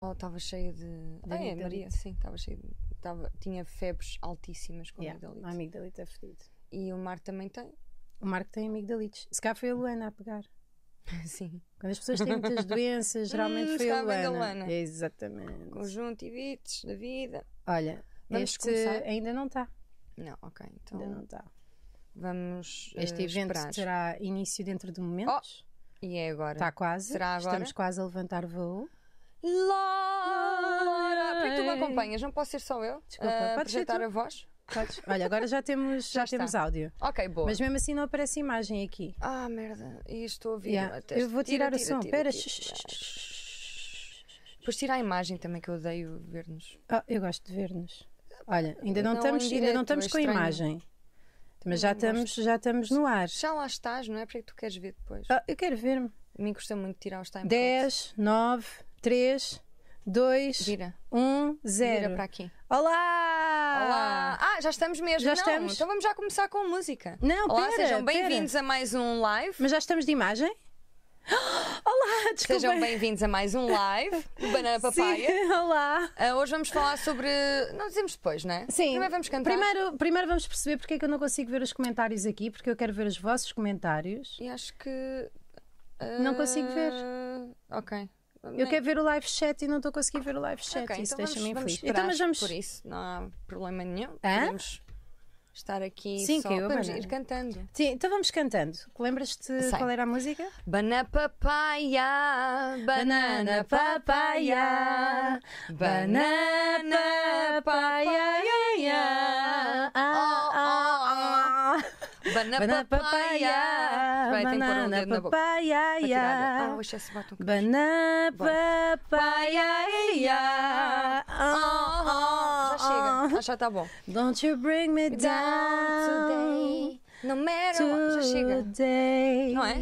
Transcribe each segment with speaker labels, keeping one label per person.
Speaker 1: Oh, estava cheia de.
Speaker 2: Da
Speaker 1: ah, é,
Speaker 2: amigdalite.
Speaker 1: Maria, sim, estava cheia de. Tava, tinha febres altíssimas com
Speaker 2: Yeah,
Speaker 1: amigdalite.
Speaker 2: A amigdalite é fedido.
Speaker 1: E o Marco também tem.
Speaker 2: O Marco tem amigdalites. Se calhar foi a Luana a pegar.
Speaker 1: Sim.
Speaker 2: Quando as pessoas têm muitas doenças, geralmente
Speaker 1: Hum,
Speaker 2: foi a
Speaker 1: se calhar vem da
Speaker 2: Luana.
Speaker 1: Luana.
Speaker 2: Exatamente.
Speaker 1: Conjuntivites da vida.
Speaker 2: Olha,
Speaker 1: Vamos
Speaker 2: este
Speaker 1: começar?
Speaker 2: ainda não está.
Speaker 1: Não, ok. Então
Speaker 2: Ainda não está.
Speaker 1: vamos.
Speaker 2: Este
Speaker 1: eh,
Speaker 2: evento
Speaker 1: esperar.
Speaker 2: terá início dentro de momentos.
Speaker 1: E é agora.
Speaker 2: Está quase.
Speaker 1: Será agora?
Speaker 2: Estamos quase a levantar voo.
Speaker 1: Laura! Por que tu me acompanhas? Não posso ser só eu?
Speaker 2: Desculpa,
Speaker 1: Ah,
Speaker 2: podes ser
Speaker 1: projetar
Speaker 2: tu.
Speaker 1: a voz?
Speaker 2: Podes- Olha, agora já temos, já
Speaker 1: está.
Speaker 2: temos áudio.
Speaker 1: Ok, boa.
Speaker 2: Mas mesmo assim não aparece imagem aqui.
Speaker 1: Ah, merda. E estou a ouvir.
Speaker 2: Yeah.
Speaker 1: Até-
Speaker 2: Eu vou tirar
Speaker 1: tira,
Speaker 2: o
Speaker 1: tira,
Speaker 2: som.
Speaker 1: tira,
Speaker 2: Espera.
Speaker 1: tira. Depois tira a imagem também, que eu odeio ver-nos.
Speaker 2: Ah, eu gosto de ver-nos. Olha, ainda não,
Speaker 1: Não,
Speaker 2: estamos,
Speaker 1: em
Speaker 2: ainda não
Speaker 1: direto,
Speaker 2: estamos
Speaker 1: é
Speaker 2: com a
Speaker 1: estranho.
Speaker 2: imagem. Mas
Speaker 1: Também
Speaker 2: já
Speaker 1: não gosto.
Speaker 2: estamos, já estamos no ar.
Speaker 1: Já lá estás, não é? Para que tu queres ver depois?
Speaker 2: Ah, eu quero ver-me.
Speaker 1: A mim custa É muito tirar os time
Speaker 2: 10, 9, 3, 2,
Speaker 1: Vira.
Speaker 2: 1,
Speaker 1: Vira
Speaker 2: 0.
Speaker 1: para aqui. Olá!
Speaker 2: um, Olá!
Speaker 1: Ah, já estamos mesmo.
Speaker 2: Já
Speaker 1: não,
Speaker 2: estamos.
Speaker 1: Então vamos já começar com a música.
Speaker 2: Não,
Speaker 1: Olá,
Speaker 2: pera,
Speaker 1: sejam
Speaker 2: pera.
Speaker 1: bem-vindos a mais um live.
Speaker 2: Mas já estamos de imagem? Olá, desculpa.
Speaker 1: Sejam bem-vindos a mais um live. do Banana Papaya.
Speaker 2: Sim, olá.
Speaker 1: Ah, hoje vamos falar sobre. Não dizemos depois, não é?
Speaker 2: Sim.
Speaker 1: Primeiro vamos cantar.
Speaker 2: Primeiro, primeiro vamos perceber porque é que eu não consigo ver os comentários aqui, porque eu quero ver os vossos comentários.
Speaker 1: E acho que. ah,
Speaker 2: Não consigo ver.
Speaker 1: Ok.
Speaker 2: Eu quero ver o live chat e não estou a conseguir ver o live chat.
Speaker 1: é? Ok,
Speaker 2: isso
Speaker 1: então vamos,
Speaker 2: deixa-me
Speaker 1: vamos
Speaker 2: infeliz.
Speaker 1: esperar
Speaker 2: Então, mas vamos.
Speaker 1: por isso, não há problema nenhum.
Speaker 2: Hã?
Speaker 1: Vamos estar aqui
Speaker 2: Sim,
Speaker 1: só
Speaker 2: que eu,
Speaker 1: podemos
Speaker 2: banana.
Speaker 1: ir cantando.
Speaker 2: Sim, então vamos cantando. Lembras-te
Speaker 1: Sei.
Speaker 2: qual era a música?
Speaker 1: Banana papaya, banana papaya, banana papaya. Oh, oh, oh. Banana
Speaker 2: Banana
Speaker 1: papaya.
Speaker 2: papaya,
Speaker 1: Espera aí, tenho que pôr um
Speaker 2: banana
Speaker 1: dedo na boca.
Speaker 2: papaya,
Speaker 1: Retirada. Ah, o excesso de batom.
Speaker 2: banana papaya. Ah,
Speaker 1: Oh, oh, já
Speaker 2: oh,
Speaker 1: chega,
Speaker 2: oh.
Speaker 1: Ah, já está bom.
Speaker 2: Don't you bring me down
Speaker 1: Today, no matter what- já chega.
Speaker 2: today.
Speaker 1: Não é?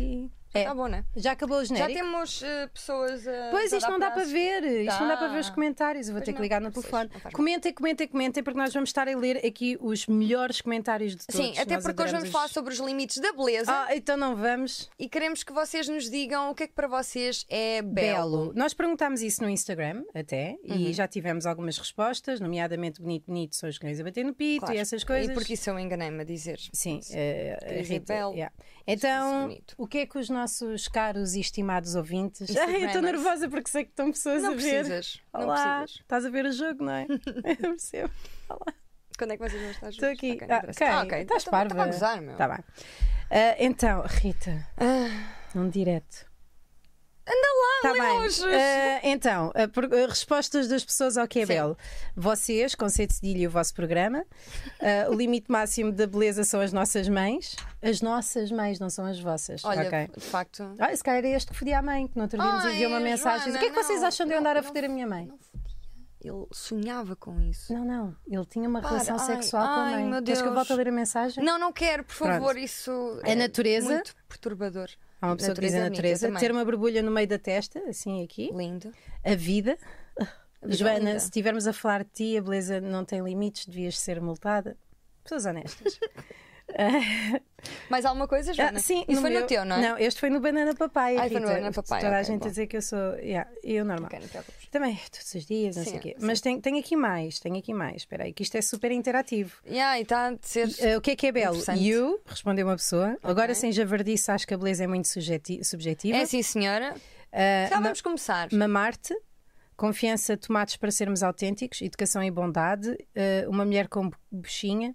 Speaker 1: Já está bom, né?
Speaker 2: Já acabou o
Speaker 1: Já
Speaker 2: genérico?
Speaker 1: temos eh, pessoas a.
Speaker 2: é, Pois, isto não dá para ver, isto não dá
Speaker 1: Dá.
Speaker 2: para ver os comentários. Eu vou
Speaker 1: Pois
Speaker 2: ter que
Speaker 1: não,
Speaker 2: ligar no
Speaker 1: não sei,
Speaker 2: telefone.
Speaker 1: não faz mal.
Speaker 2: Comentem, comentem, comentem, porque nós vamos estar a ler aqui os melhores comentários de todos.
Speaker 1: Sim, até
Speaker 2: Nós
Speaker 1: porque hoje vamos
Speaker 2: adoramos
Speaker 1: falar
Speaker 2: os-
Speaker 1: sobre os limites da beleza
Speaker 2: Ah, então não vamos.
Speaker 1: e queremos que vocês nos digam o que é que para vocês é belo. Uhum.
Speaker 2: Belo. Nós perguntámos isso no Instagram até e já tivemos algumas respostas, nomeadamente bonito, bonito, são os cães a bater no pito
Speaker 1: Claro.
Speaker 2: e essas coisas.
Speaker 1: E porque isso eu enganei-me a dizer.
Speaker 2: Sim, eh,
Speaker 1: Queria dizer
Speaker 2: Rita,
Speaker 1: belo.
Speaker 2: yeah.
Speaker 1: Isso é
Speaker 2: Então,
Speaker 1: bonito.
Speaker 2: o que é que os nossos caros e estimados ouvintes.
Speaker 1: Instagramers.
Speaker 2: Ai, eu estou nervosa porque sei que estão pessoas
Speaker 1: Não
Speaker 2: eh, a ver.
Speaker 1: precisas, não
Speaker 2: Olá,
Speaker 1: precisas.
Speaker 2: estás a ver o jogo, não é? Eu percebo.
Speaker 1: Quando é que vocês vão estar juntos?
Speaker 2: Estou aqui.
Speaker 1: Ok, não interessa. Ah, ok.
Speaker 2: Estás
Speaker 1: Então,
Speaker 2: parva.
Speaker 1: estava a gozar, meu.
Speaker 2: Tá bem. Ah, então, Rita,
Speaker 1: Ah.
Speaker 2: um direto.
Speaker 1: Anda lá,
Speaker 2: Tá bem.
Speaker 1: Leojos!
Speaker 2: Ah, então, ah, por- ah, respostas das pessoas ao que é belo. Vocês, Conceito Cedilho e o vosso programa. Ah, o limite máximo da beleza são as nossas mães. As nossas mães, não são as vossas.
Speaker 1: Olha,
Speaker 2: ok.
Speaker 1: de facto.
Speaker 2: Ah, esse cara era este que fodia a mãe, que no outro dia nos
Speaker 1: Ai,
Speaker 2: enviou uma mensagem.
Speaker 1: Joana,
Speaker 2: o que é que vocês
Speaker 1: não,
Speaker 2: acham de eu
Speaker 1: não,
Speaker 2: andar a
Speaker 1: não
Speaker 2: foder a minha mãe?
Speaker 1: Não fodia. Ele sonhava com isso.
Speaker 2: Não, não. Ele tinha uma
Speaker 1: Para,
Speaker 2: relação
Speaker 1: ai,
Speaker 2: sexual com a
Speaker 1: ai,
Speaker 2: mãe.
Speaker 1: meu
Speaker 2: Queres que eu
Speaker 1: Deus.
Speaker 2: volte a ler a mensagem?
Speaker 1: Não, não quero, por
Speaker 2: Pronto.
Speaker 1: favor. Isso
Speaker 2: A
Speaker 1: é
Speaker 2: natureza?
Speaker 1: muito perturbador.
Speaker 2: Há uma pessoa que diz a
Speaker 1: bonita
Speaker 2: natureza.
Speaker 1: também.
Speaker 2: Ter uma borbulha no meio da testa, assim aqui.
Speaker 1: Lindo.
Speaker 2: A vida.
Speaker 1: vida
Speaker 2: Joana,
Speaker 1: linda.
Speaker 2: se estivermos a falar de ti, a beleza não tem limites, devias ser multada. Pessoas honestas.
Speaker 1: Mais alguma coisa, Joana?
Speaker 2: Ah, sim,
Speaker 1: Isso foi
Speaker 2: meu-
Speaker 1: no teu, não é?
Speaker 2: Não, este foi no Banana Papai.
Speaker 1: Ah, foi no
Speaker 2: Rita.
Speaker 1: Banana Papaya,
Speaker 2: Toda a
Speaker 1: ok,
Speaker 2: gente
Speaker 1: bom.
Speaker 2: a dizer que eu sou. Yeah, eu normal.
Speaker 1: Ok, não te preocupes.
Speaker 2: Também, todos os dias, não
Speaker 1: Sim,
Speaker 2: sei o quê.
Speaker 1: sim.
Speaker 2: Mas tem, tem aqui mais, tem aqui mais. Espera aí, que isto é super interativo.
Speaker 1: Yeah, e está a ser.
Speaker 2: Eh, o que é que é belo?
Speaker 1: Interessante.
Speaker 2: You, respondeu uma pessoa. Agora, sem javardice, acho que a beleza é muito sujeti- subjetiva.
Speaker 1: É sim, senhora.
Speaker 2: Ah,
Speaker 1: Já
Speaker 2: ma-
Speaker 1: vamos começar.
Speaker 2: Mamarte, confiança, tomates para sermos autênticos, educação e bondade, eh, uma mulher com bo- bochinha,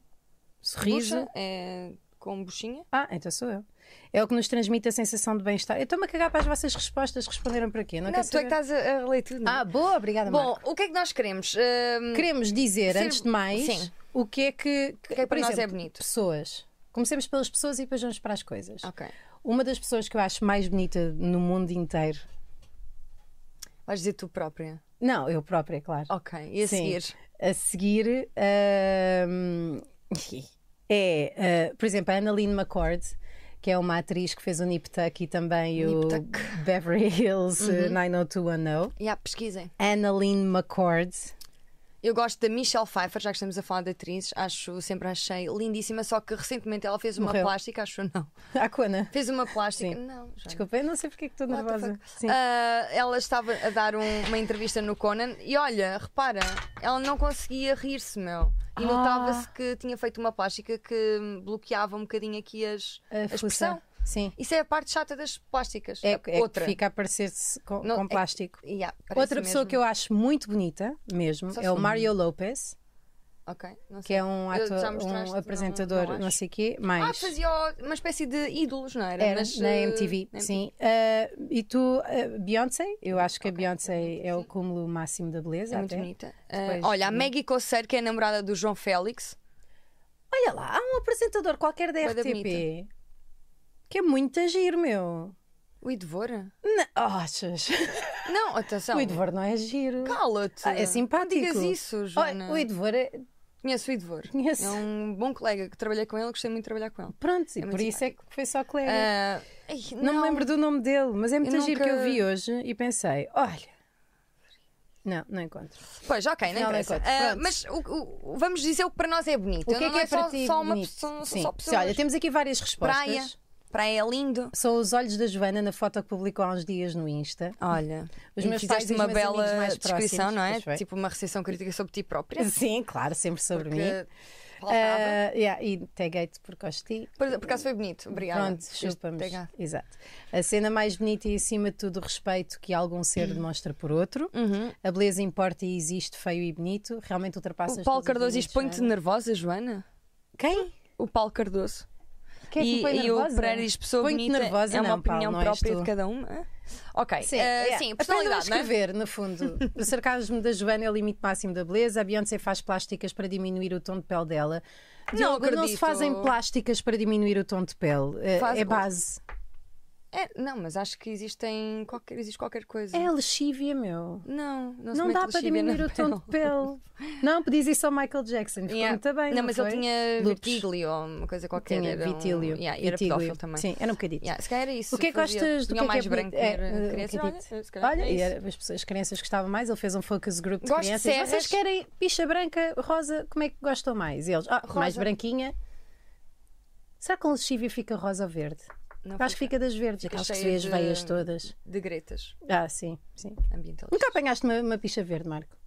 Speaker 2: sorriso.
Speaker 1: Bucha é com buchinha.
Speaker 2: Ah, então sou eu. É o que nos transmite a sensação de bem-estar. Eu estou-me a cagar para as vossas respostas. Responderam para quê? Não,
Speaker 1: Não,
Speaker 2: quero
Speaker 1: tu é que
Speaker 2: saber.
Speaker 1: estás a, a ler tudo. não é?
Speaker 2: Ah, boa, obrigada, Marco.
Speaker 1: Bom, o que é que nós queremos? Hum, Ahm,
Speaker 2: Queremos dizer,
Speaker 1: ser-
Speaker 2: antes de mais,
Speaker 1: Sim.
Speaker 2: o que é que,
Speaker 1: que é que
Speaker 2: por
Speaker 1: para nós
Speaker 2: exemplo,
Speaker 1: é bonito? Ah.
Speaker 2: Pessoas. Comecemos pelas pessoas e depois vamos para as coisas.
Speaker 1: Ok.
Speaker 2: Uma das pessoas que eu acho mais bonita no mundo inteiro.
Speaker 1: Vais dizer tu própria.
Speaker 2: Não, eu própria, claro.
Speaker 1: Ok. E a
Speaker 2: Sim.
Speaker 1: seguir?
Speaker 2: A seguir hum, é, uh, por exemplo, a Annalene McCord, que é uma atriz que fez o Nip Tuck e também o eh,
Speaker 1: Nip Tuck. Uhum.
Speaker 2: Beverly Hills uh, 90210.
Speaker 1: Yeah, pesquisem.
Speaker 2: Annalene McCord.
Speaker 1: Eu gosto da Michelle Pfeiffer, já que estamos a falar de atrizes, acho, sempre achei lindíssima, só que recentemente ela fez uma
Speaker 2: Morreu.
Speaker 1: plástica, acho eu não.
Speaker 2: A Cona.
Speaker 1: Fez uma plástica.
Speaker 2: Sim.
Speaker 1: Não, já
Speaker 2: Ah, Desculpa, eu não sei porque é que estou
Speaker 1: What the
Speaker 2: nervosa.
Speaker 1: fuck?
Speaker 2: Sim.
Speaker 1: Ah, ela estava a dar um- uma entrevista no Conan e olha, repara, ela não conseguia rir-se, meu. E
Speaker 2: Ah.
Speaker 1: notava-se que tinha feito uma plástica que hum, bloqueava um bocadinho aqui as,
Speaker 2: A
Speaker 1: a
Speaker 2: fuça.
Speaker 1: expressão.
Speaker 2: Sim.
Speaker 1: Isso é a parte chata das plásticas.
Speaker 2: É,
Speaker 1: A-
Speaker 2: é
Speaker 1: Outra.
Speaker 2: que fica a parecer-se com,
Speaker 1: Não,
Speaker 2: com
Speaker 1: é-
Speaker 2: plástico.
Speaker 1: Yeah, parece
Speaker 2: Outra pessoa
Speaker 1: mesmo.
Speaker 2: que eu acho muito bonita, mesmo,
Speaker 1: Só
Speaker 2: é o
Speaker 1: se-
Speaker 2: Mario Lopes,
Speaker 1: Ok, não
Speaker 2: que
Speaker 1: sei.
Speaker 2: é um,
Speaker 1: Eu-
Speaker 2: ator,
Speaker 1: já
Speaker 2: um
Speaker 1: mostraste, não-
Speaker 2: apresentador,
Speaker 1: não
Speaker 2: não,
Speaker 1: acho.
Speaker 2: sei o quê,
Speaker 1: Ah,
Speaker 2: mais.
Speaker 1: fazia uma espécie de ídolos, não era?
Speaker 2: Era,
Speaker 1: Mas,
Speaker 2: na
Speaker 1: eh,
Speaker 2: MTV,
Speaker 1: na
Speaker 2: sim. Ah, e tu, ah, Beyoncé? Eu acho que a Beyoncé é o cúmulo máximo da beleza.
Speaker 1: É muito
Speaker 2: até.
Speaker 1: bonita. Ah,
Speaker 2: Depois-
Speaker 1: olha, a Maggie Coceiro, que é a namorada do João Félix,
Speaker 2: Olha lá, há um apresentador qualquer da
Speaker 1: Bué da
Speaker 2: RTP que é muito giro, meu.
Speaker 1: o Idvora.
Speaker 2: Não, oh, achas?
Speaker 1: Não, atenção.
Speaker 2: O Edvor não é giro.
Speaker 1: Cala-te.
Speaker 2: Ah, é simpático.
Speaker 1: Não digas isso, Joana.
Speaker 2: Olha, o Edvor é.
Speaker 1: Conheço o Idvor.
Speaker 2: Conheço.
Speaker 1: É um bom colega que trabalhei com ele, gostei muito de trabalhar com ele.
Speaker 2: Pronto, e
Speaker 1: muito
Speaker 2: por isso é que foi só colega.
Speaker 1: Ah, ai,
Speaker 2: não, me lembro do nome dele, mas é muito
Speaker 1: Eu
Speaker 2: giro que eu
Speaker 1: nunca-
Speaker 2: vi hoje e pensei: olha. Não, não encontro.
Speaker 1: Pois, ok, não
Speaker 2: Não, não
Speaker 1: interessa.
Speaker 2: importa.
Speaker 1: Ah,
Speaker 2: Pronto.
Speaker 1: mas o- o- vamos dizer o que para nós é bonito.
Speaker 2: O que é
Speaker 1: não
Speaker 2: que é para
Speaker 1: só,
Speaker 2: ti?
Speaker 1: só uma
Speaker 2: bonito?
Speaker 1: pessoa, não são
Speaker 2: Sim.
Speaker 1: só
Speaker 2: Sim,
Speaker 1: pessoas.
Speaker 2: olha, temos aqui várias respostas.
Speaker 1: praia, praia é lindo.
Speaker 2: São os olhos da Joana na foto que publicou há uns dias no Insta.
Speaker 1: Olha,
Speaker 2: Os
Speaker 1: e
Speaker 2: meus pais
Speaker 1: fizeste
Speaker 2: e os
Speaker 1: uma
Speaker 2: meus amigos
Speaker 1: bela
Speaker 2: mais
Speaker 1: descrição,
Speaker 2: próximos,
Speaker 1: não é?
Speaker 2: pois foi.
Speaker 1: Tipo uma recepção crítica sobre ti própria.
Speaker 2: Sim, claro, sempre sobre mim.
Speaker 1: Que faltava.
Speaker 2: Ah, yeah, e taguei-te por Costi.
Speaker 1: Por, por acaso foi bonito, obrigada.
Speaker 2: Pronto,
Speaker 1: Este
Speaker 2: chupamos.
Speaker 1: TH.
Speaker 2: Exato. A cena mais bonita e acima de tudo o respeito que algum ser demonstra por outro.
Speaker 1: Uhum.
Speaker 2: A beleza importa e existe, feio e bonito. Realmente ultrapassas.
Speaker 1: O Paulo
Speaker 2: todos os
Speaker 1: Cardoso diz:
Speaker 2: limites,
Speaker 1: põe-te
Speaker 2: Joana.
Speaker 1: nervosa, Joana?
Speaker 2: Quem?
Speaker 1: O Paulo Cardoso.
Speaker 2: Quem é que me
Speaker 1: e,
Speaker 2: põe
Speaker 1: e
Speaker 2: nervosa?
Speaker 1: o Pereira diz pessoa
Speaker 2: Põe-te
Speaker 1: bonita
Speaker 2: nervosa,
Speaker 1: é uma
Speaker 2: não, Paulo,
Speaker 1: opinião
Speaker 2: não és
Speaker 1: própria
Speaker 2: tu.
Speaker 1: de cada um. hã? Ok, ah, sim,
Speaker 2: é.
Speaker 1: Eh, sim
Speaker 2: Aprendam a
Speaker 1: personalidade, não é?
Speaker 2: escrever, no fundo. O sarcasmo da Joana é o limite máximo da beleza. A Beyoncé faz plásticas para diminuir o tom de pele dela.
Speaker 1: Não
Speaker 2: Diogo, não se
Speaker 1: acredito.
Speaker 2: fazem plásticas para diminuir o tom de pele. É,
Speaker 1: Faz-
Speaker 2: é base.
Speaker 1: É, não, mas acho que existem qualquer, existe qualquer coisa.
Speaker 2: É lexívia, meu.
Speaker 1: Não, não, se
Speaker 2: Não
Speaker 1: mete
Speaker 2: dá para
Speaker 1: lexívia na
Speaker 2: diminuir o
Speaker 1: pele.
Speaker 2: tom de pele. Não, pediz isso ao Michael Jackson. Ficou
Speaker 1: Yeah.
Speaker 2: muito bem.
Speaker 1: Não,
Speaker 2: Não,
Speaker 1: mas
Speaker 2: foi?
Speaker 1: ele tinha
Speaker 2: Lupus.
Speaker 1: vitílio ou uma coisa qualquer.
Speaker 2: Tinha
Speaker 1: era um-
Speaker 2: vitílio.
Speaker 1: Yeah, e era
Speaker 2: Vitílio.
Speaker 1: pedófilo também.
Speaker 2: Sim, era um bocadinho.
Speaker 1: Yeah, se calhar era isso.
Speaker 2: O que é que
Speaker 1: fazia-
Speaker 2: gostas do que
Speaker 1: tinha
Speaker 2: é
Speaker 1: o mais
Speaker 2: que é
Speaker 1: branco
Speaker 2: bonito? É,
Speaker 1: era
Speaker 2: eh,
Speaker 1: criança.
Speaker 2: o que é dito.
Speaker 1: Olha, se calhar
Speaker 2: Olha,
Speaker 1: é
Speaker 2: e
Speaker 1: isso.
Speaker 2: era- as pessoas, as crianças gostavam mais, ele fez um focus group de
Speaker 1: Gosto de
Speaker 2: crianças. Vocês
Speaker 1: serras.
Speaker 2: querem picha branca, rosa, como é que gostam mais? E eles, ah,
Speaker 1: Rosa.
Speaker 2: mais branquinha. Será que um lexívio fica rosa ou verde?
Speaker 1: Não
Speaker 2: Eu Acho que
Speaker 1: fica
Speaker 2: fica das verdes,
Speaker 1: Fica
Speaker 2: aquelas que se
Speaker 1: cheia
Speaker 2: vê as
Speaker 1: de-
Speaker 2: veias todas.
Speaker 1: de gretas
Speaker 2: Ah, sim, sim.
Speaker 1: ambiental.
Speaker 2: Nunca apanhaste uma, uma picha verde, Marco?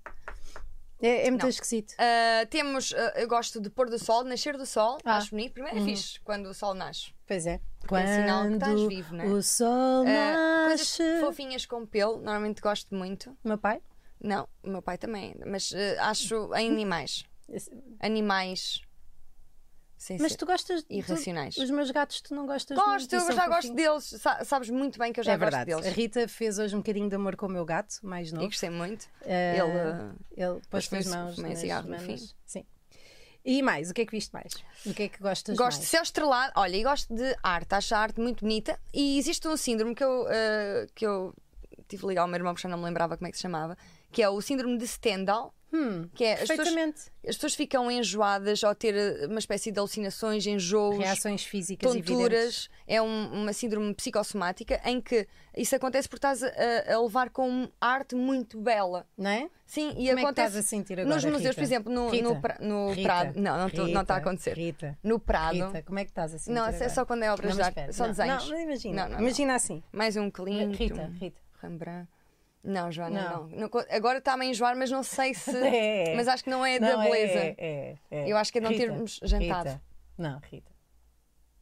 Speaker 2: É, é muito
Speaker 1: Não.
Speaker 2: esquisito.
Speaker 1: Ah, temos, ah, eu gosto de pôr do sol, de nascer do sol,
Speaker 2: Ah.
Speaker 1: acho bonito. Primeiro é fixe quando o sol nasce.
Speaker 2: Pois é.
Speaker 1: é sinal que estás
Speaker 2: Quando
Speaker 1: vivo, não é?
Speaker 2: o sol
Speaker 1: Ah,
Speaker 2: nasce.
Speaker 1: coisas fofinhas com pelo, normalmente gosto muito.
Speaker 2: Meu pai?
Speaker 1: Não, o meu pai também, mas eh, acho em animais. Animais. Sem
Speaker 2: Mas
Speaker 1: ser.
Speaker 2: tu gostas de-
Speaker 1: é Irracionais.
Speaker 2: Os meus gatos, tu não gostas muito,
Speaker 1: Gosto,
Speaker 2: e são
Speaker 1: eu já gosto deles.
Speaker 2: fofinhos.
Speaker 1: Sa- Sabes muito bem que eu já
Speaker 2: é
Speaker 1: gosto
Speaker 2: verdade. A
Speaker 1: deles.
Speaker 2: Rita fez hoje um bocadinho de amor com o meu gato, mais
Speaker 1: E
Speaker 2: novo.
Speaker 1: gostei muito.
Speaker 2: Eh,
Speaker 1: Ele. eh,
Speaker 2: Ele
Speaker 1: Mas
Speaker 2: pôs-te as
Speaker 1: foi-
Speaker 2: mãos
Speaker 1: fumei
Speaker 2: nas
Speaker 1: cigarro no
Speaker 2: manas.
Speaker 1: fim.
Speaker 2: Sim. E mais, o que é que viste mais? O que é que gostas
Speaker 1: Gosto de
Speaker 2: mais?
Speaker 1: céu estrelado, olha, e gosto de arte, acho a arte muito bonita. E existe um síndrome que eu, eh, que eu tive a ligar ao meu irmão, porque já não me lembrava como é que se chamava, que é o síndrome de Stendhal,
Speaker 2: Hum,
Speaker 1: que é as pessoas,
Speaker 2: perfeitamente.
Speaker 1: as pessoas ficam enjoadas ao ter eh, uma espécie de alucinações, enjoos,
Speaker 2: Reações físicas evidentes.
Speaker 1: tonturas. É um- uma síndrome psicossomática em que isso acontece porque estás a, a levar com arte muito bela.
Speaker 2: Não é?
Speaker 1: Sim, e
Speaker 2: Como é que
Speaker 1: acontece
Speaker 2: estás a sentir agora,
Speaker 1: nos museus,
Speaker 2: Rita?
Speaker 1: por exemplo, no,
Speaker 2: Rita?
Speaker 1: no, pra- no
Speaker 2: Rita?
Speaker 1: Prado. Não, não tô- não está a
Speaker 2: Rita?
Speaker 1: acontecer.
Speaker 2: Rita,
Speaker 1: No Prado.
Speaker 2: Rita, como é que estás a sentir
Speaker 1: Não, isso é
Speaker 2: agora?
Speaker 1: só quando é obras
Speaker 2: Não,
Speaker 1: de
Speaker 2: mas
Speaker 1: arte.
Speaker 2: espera,
Speaker 1: São
Speaker 2: não,
Speaker 1: desenhos.
Speaker 2: Não, imagina.
Speaker 1: Não, não, não.
Speaker 2: imagina assim.
Speaker 1: Mais um Clint,
Speaker 2: Rita,
Speaker 1: um
Speaker 2: Rita.
Speaker 1: Rembrandt. Não, Joana,
Speaker 2: Não.
Speaker 1: não. Não co- Agora está-me a enjoar, mas não sei se.
Speaker 2: É.
Speaker 1: Mas acho que não é
Speaker 2: Não,
Speaker 1: da beleza.
Speaker 2: É, é, é.
Speaker 1: Eu acho que é não
Speaker 2: Rita,
Speaker 1: termos jantado.
Speaker 2: Rita. Não, Rita.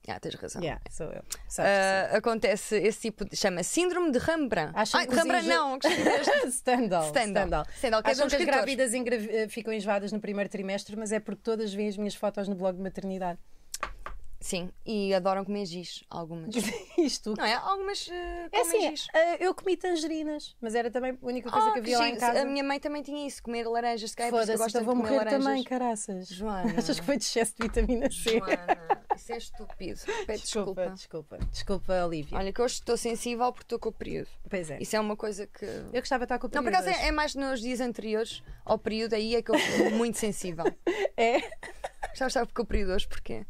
Speaker 1: Ah, tens razão.
Speaker 2: Yeah, sou eu. Sabes
Speaker 1: Ah, acontece esse tipo de. chama Síndrome de Rembrandt.
Speaker 2: Acham
Speaker 1: Ai,
Speaker 2: que os
Speaker 1: Rembrandt
Speaker 2: inje-
Speaker 1: não, que escreveste.
Speaker 2: que sim.
Speaker 1: Stendhal.
Speaker 2: Stendhal. Stendhal.
Speaker 1: Stendhal, que é de
Speaker 2: Acham
Speaker 1: um
Speaker 2: que as
Speaker 1: escritor.
Speaker 2: grávidas engra- eh, ficam enjoadas no primeiro trimestre, mas é porque todas veem as minhas fotos no blog de maternidade.
Speaker 1: Sim, e adoram comer giz, algumas.
Speaker 2: Isto.
Speaker 1: Não é? Algumas eh,
Speaker 2: É
Speaker 1: comem
Speaker 2: assim,
Speaker 1: giz.
Speaker 2: eh, eu comi tangerinas, mas era também a única coisa
Speaker 1: Oh,
Speaker 2: que havia lá em
Speaker 1: giro.
Speaker 2: casa.
Speaker 1: A minha mãe também tinha isso, comer laranjas. Se calhar é por isso que eu
Speaker 2: Foda-se,
Speaker 1: gosto
Speaker 2: então
Speaker 1: de
Speaker 2: vou
Speaker 1: comer
Speaker 2: morrer
Speaker 1: laranjas.
Speaker 2: também, caraças.
Speaker 1: Joana.
Speaker 2: Achas que foi de excesso de vitamina C?
Speaker 1: Joana, isso é estúpido. Peço
Speaker 2: Desculpa,
Speaker 1: desculpa.
Speaker 2: desculpa, desculpa, Olivia.
Speaker 1: Olha, que hoje estou sensível porque estou com o período.
Speaker 2: Pois é.
Speaker 1: Isso é uma coisa que.
Speaker 2: Eu gostava de estar com o
Speaker 1: Não, por
Speaker 2: período
Speaker 1: acaso é, é mais nos dias anteriores ao período, aí é que eu fico muito sensível.
Speaker 2: hoje. É?
Speaker 1: Já estava com o período hoje, porquê?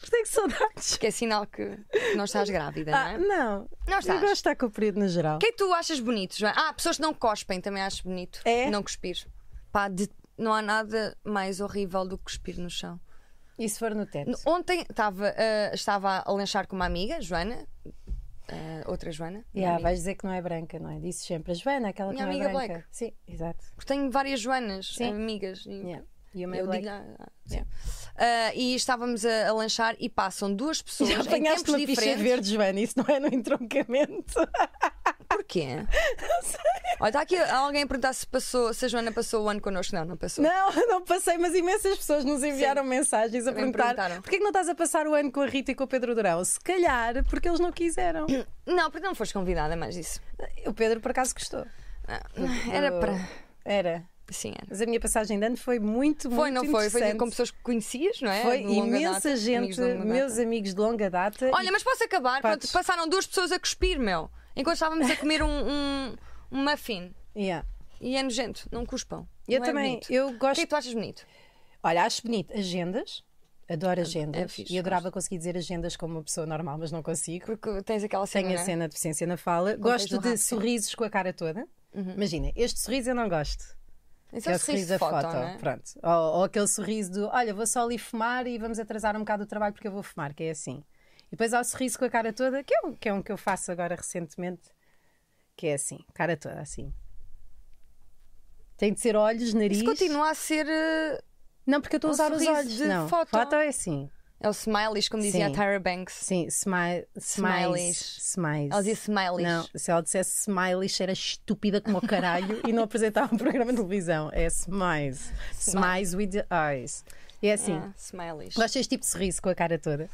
Speaker 2: Mas tenho saudades.
Speaker 1: Porque é sinal que não estás grávida, não
Speaker 2: Ah,
Speaker 1: é?
Speaker 2: não.
Speaker 1: Não
Speaker 2: Eu
Speaker 1: estás.
Speaker 2: gosto de estar com o período no geral.
Speaker 1: O que é que tu achas bonito, Joana? Ah, pessoas que não cospem, também acho bonito.
Speaker 2: É?
Speaker 1: Não cuspir. Pá, não há nada mais horrível do que cuspir no chão.
Speaker 2: E se for no teto?
Speaker 1: Ontem estava, ah, estava a lanchar com uma amiga, Joana, ah, outra Joana. minha
Speaker 2: Yeah,
Speaker 1: amiga.
Speaker 2: vais dizer que não é branca, não é? Disse sempre a Joana, aquela
Speaker 1: Minha
Speaker 2: que não é
Speaker 1: amiga
Speaker 2: branca. Sim, exato.
Speaker 1: Porque tenho várias Joanas,
Speaker 2: Sim.
Speaker 1: amigas. e-
Speaker 2: Yeah. E o meu
Speaker 1: Eu
Speaker 2: black.
Speaker 1: digo Ah, e estávamos a, a lanchar e passam duas pessoas
Speaker 2: Já
Speaker 1: em
Speaker 2: apanhaste
Speaker 1: tempos
Speaker 2: uma picha
Speaker 1: diferentes.
Speaker 2: verde, Joana, isso não é no entroncamento.
Speaker 1: Porquê? Olha, está aqui alguém a perguntar se, passou, se a Joana passou o ano connosco. Não, não passou.
Speaker 2: Não, não passei, mas imensas pessoas nos enviaram mensagens a
Speaker 1: Também me
Speaker 2: perguntar
Speaker 1: perguntaram.
Speaker 2: porquê que não estás a passar o ano com a Rita e com o Pedro Durão? Se calhar porque eles não quiseram.
Speaker 1: Não, porque não foste convidada, mas isso.
Speaker 2: O Pedro por acaso gostou.
Speaker 1: Ah,
Speaker 2: Uhum.
Speaker 1: Era para.
Speaker 2: Era.
Speaker 1: Sim, era.
Speaker 2: Mas a minha passagem de ano foi muito,
Speaker 1: Foi,
Speaker 2: muito
Speaker 1: não foi? Foi
Speaker 2: interessante.
Speaker 1: com pessoas que conhecias, não é?
Speaker 2: Foi
Speaker 1: De longa
Speaker 2: imensa
Speaker 1: data, amigos
Speaker 2: gente,
Speaker 1: de longa data.
Speaker 2: meus amigos de longa data.
Speaker 1: Olha, mas posso acabar? Pronto,
Speaker 2: Podes.
Speaker 1: passaram duas pessoas a cuspir, meu. Enquanto estávamos a comer um, um, um muffin.
Speaker 2: Yeah.
Speaker 1: E é nojento, não cuspam.
Speaker 2: Eu
Speaker 1: Não é
Speaker 2: também,
Speaker 1: bonito.
Speaker 2: eu
Speaker 1: O que é
Speaker 2: gosto.
Speaker 1: que tu achas bonito?
Speaker 2: Olha, acho bonito agendas. Adoro agendas.
Speaker 1: é fixe,
Speaker 2: e adorava conseguir dizer agendas como uma pessoa normal, mas não consigo.
Speaker 1: Porque tens aquela cena.
Speaker 2: Tenho a
Speaker 1: não é?
Speaker 2: cena de deficiência na fala.
Speaker 1: do
Speaker 2: Gosto de
Speaker 1: rabo, sim.
Speaker 2: sorrisos com a cara toda.
Speaker 1: Uhum.
Speaker 2: Imagina, este sorriso eu não gosto.
Speaker 1: Esse
Speaker 2: Que
Speaker 1: é o sorriso de
Speaker 2: da
Speaker 1: foto, não é?
Speaker 2: Pronto. Ou, ou aquele sorriso do olha, vou só ali fumar e vamos atrasar um bocado o trabalho porque eu vou fumar, que é assim. E depois há o sorriso com a cara toda, que é um que, é um que eu faço agora recentemente, que é assim, cara toda, assim. Tem de ser olhos, nariz.
Speaker 1: Isso continua a ser. eh,
Speaker 2: Não, porque eu estou a
Speaker 1: um
Speaker 2: usar os
Speaker 1: sorriso
Speaker 2: olhos.
Speaker 1: de
Speaker 2: não.
Speaker 1: foto.
Speaker 2: foto é assim.
Speaker 1: É o smileys, como dizia
Speaker 2: Sim.
Speaker 1: a Tyra Banks.
Speaker 2: Sim, smile, smiles.
Speaker 1: Smileys.
Speaker 2: Smiles.
Speaker 1: Ela dizia smileys.
Speaker 2: Não, se ela dissesse smiles, era estúpida como o caralho e não apresentava um programa de televisão. É smiles. Smiles with the eyes. E é assim.
Speaker 1: Ah, smileys.
Speaker 2: Gosto deste tipo de sorriso com a cara toda.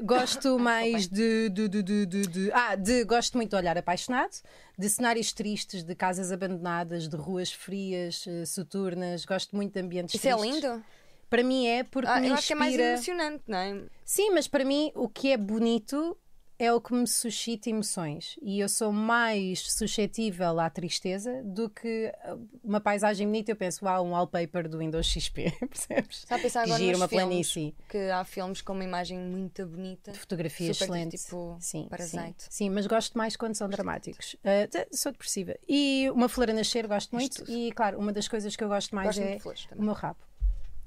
Speaker 2: gosto mais de, de, de, de, de- de- Ah, de. Gosto muito de olhar apaixonado, de cenários tristes, de casas abandonadas, de ruas frias, eh, soturnas. Gosto muito de ambientes
Speaker 1: Isso é
Speaker 2: tristes.
Speaker 1: lindo?
Speaker 2: Para mim é porque
Speaker 1: Ah,
Speaker 2: me
Speaker 1: eu acho que é mais
Speaker 2: inspira.
Speaker 1: emocionante, não é?
Speaker 2: Sim, mas para mim o que é bonito é o que me suscita emoções. E eu sou mais suscetível à tristeza do que ah, uma paisagem bonita. Eu penso, uau, um wallpaper do Windows XP, percebes?
Speaker 1: Está a pensar
Speaker 2: Que
Speaker 1: agora
Speaker 2: giro,
Speaker 1: nos
Speaker 2: uma
Speaker 1: filmes,
Speaker 2: planície.
Speaker 1: Que há filmes com uma imagem muito bonita.
Speaker 2: Fotografia
Speaker 1: Super
Speaker 2: excelente.
Speaker 1: tipo
Speaker 2: sim,
Speaker 1: Parasite.
Speaker 2: sim, mas gosto mais quando são dramáticos. Ah, te- sou depressiva. E uma flor a nascer gosto muito.
Speaker 1: tudo.
Speaker 2: E claro, uma das coisas que eu gosto mais
Speaker 1: Gosto muito
Speaker 2: é
Speaker 1: de flores
Speaker 2: o
Speaker 1: também.
Speaker 2: meu rabo.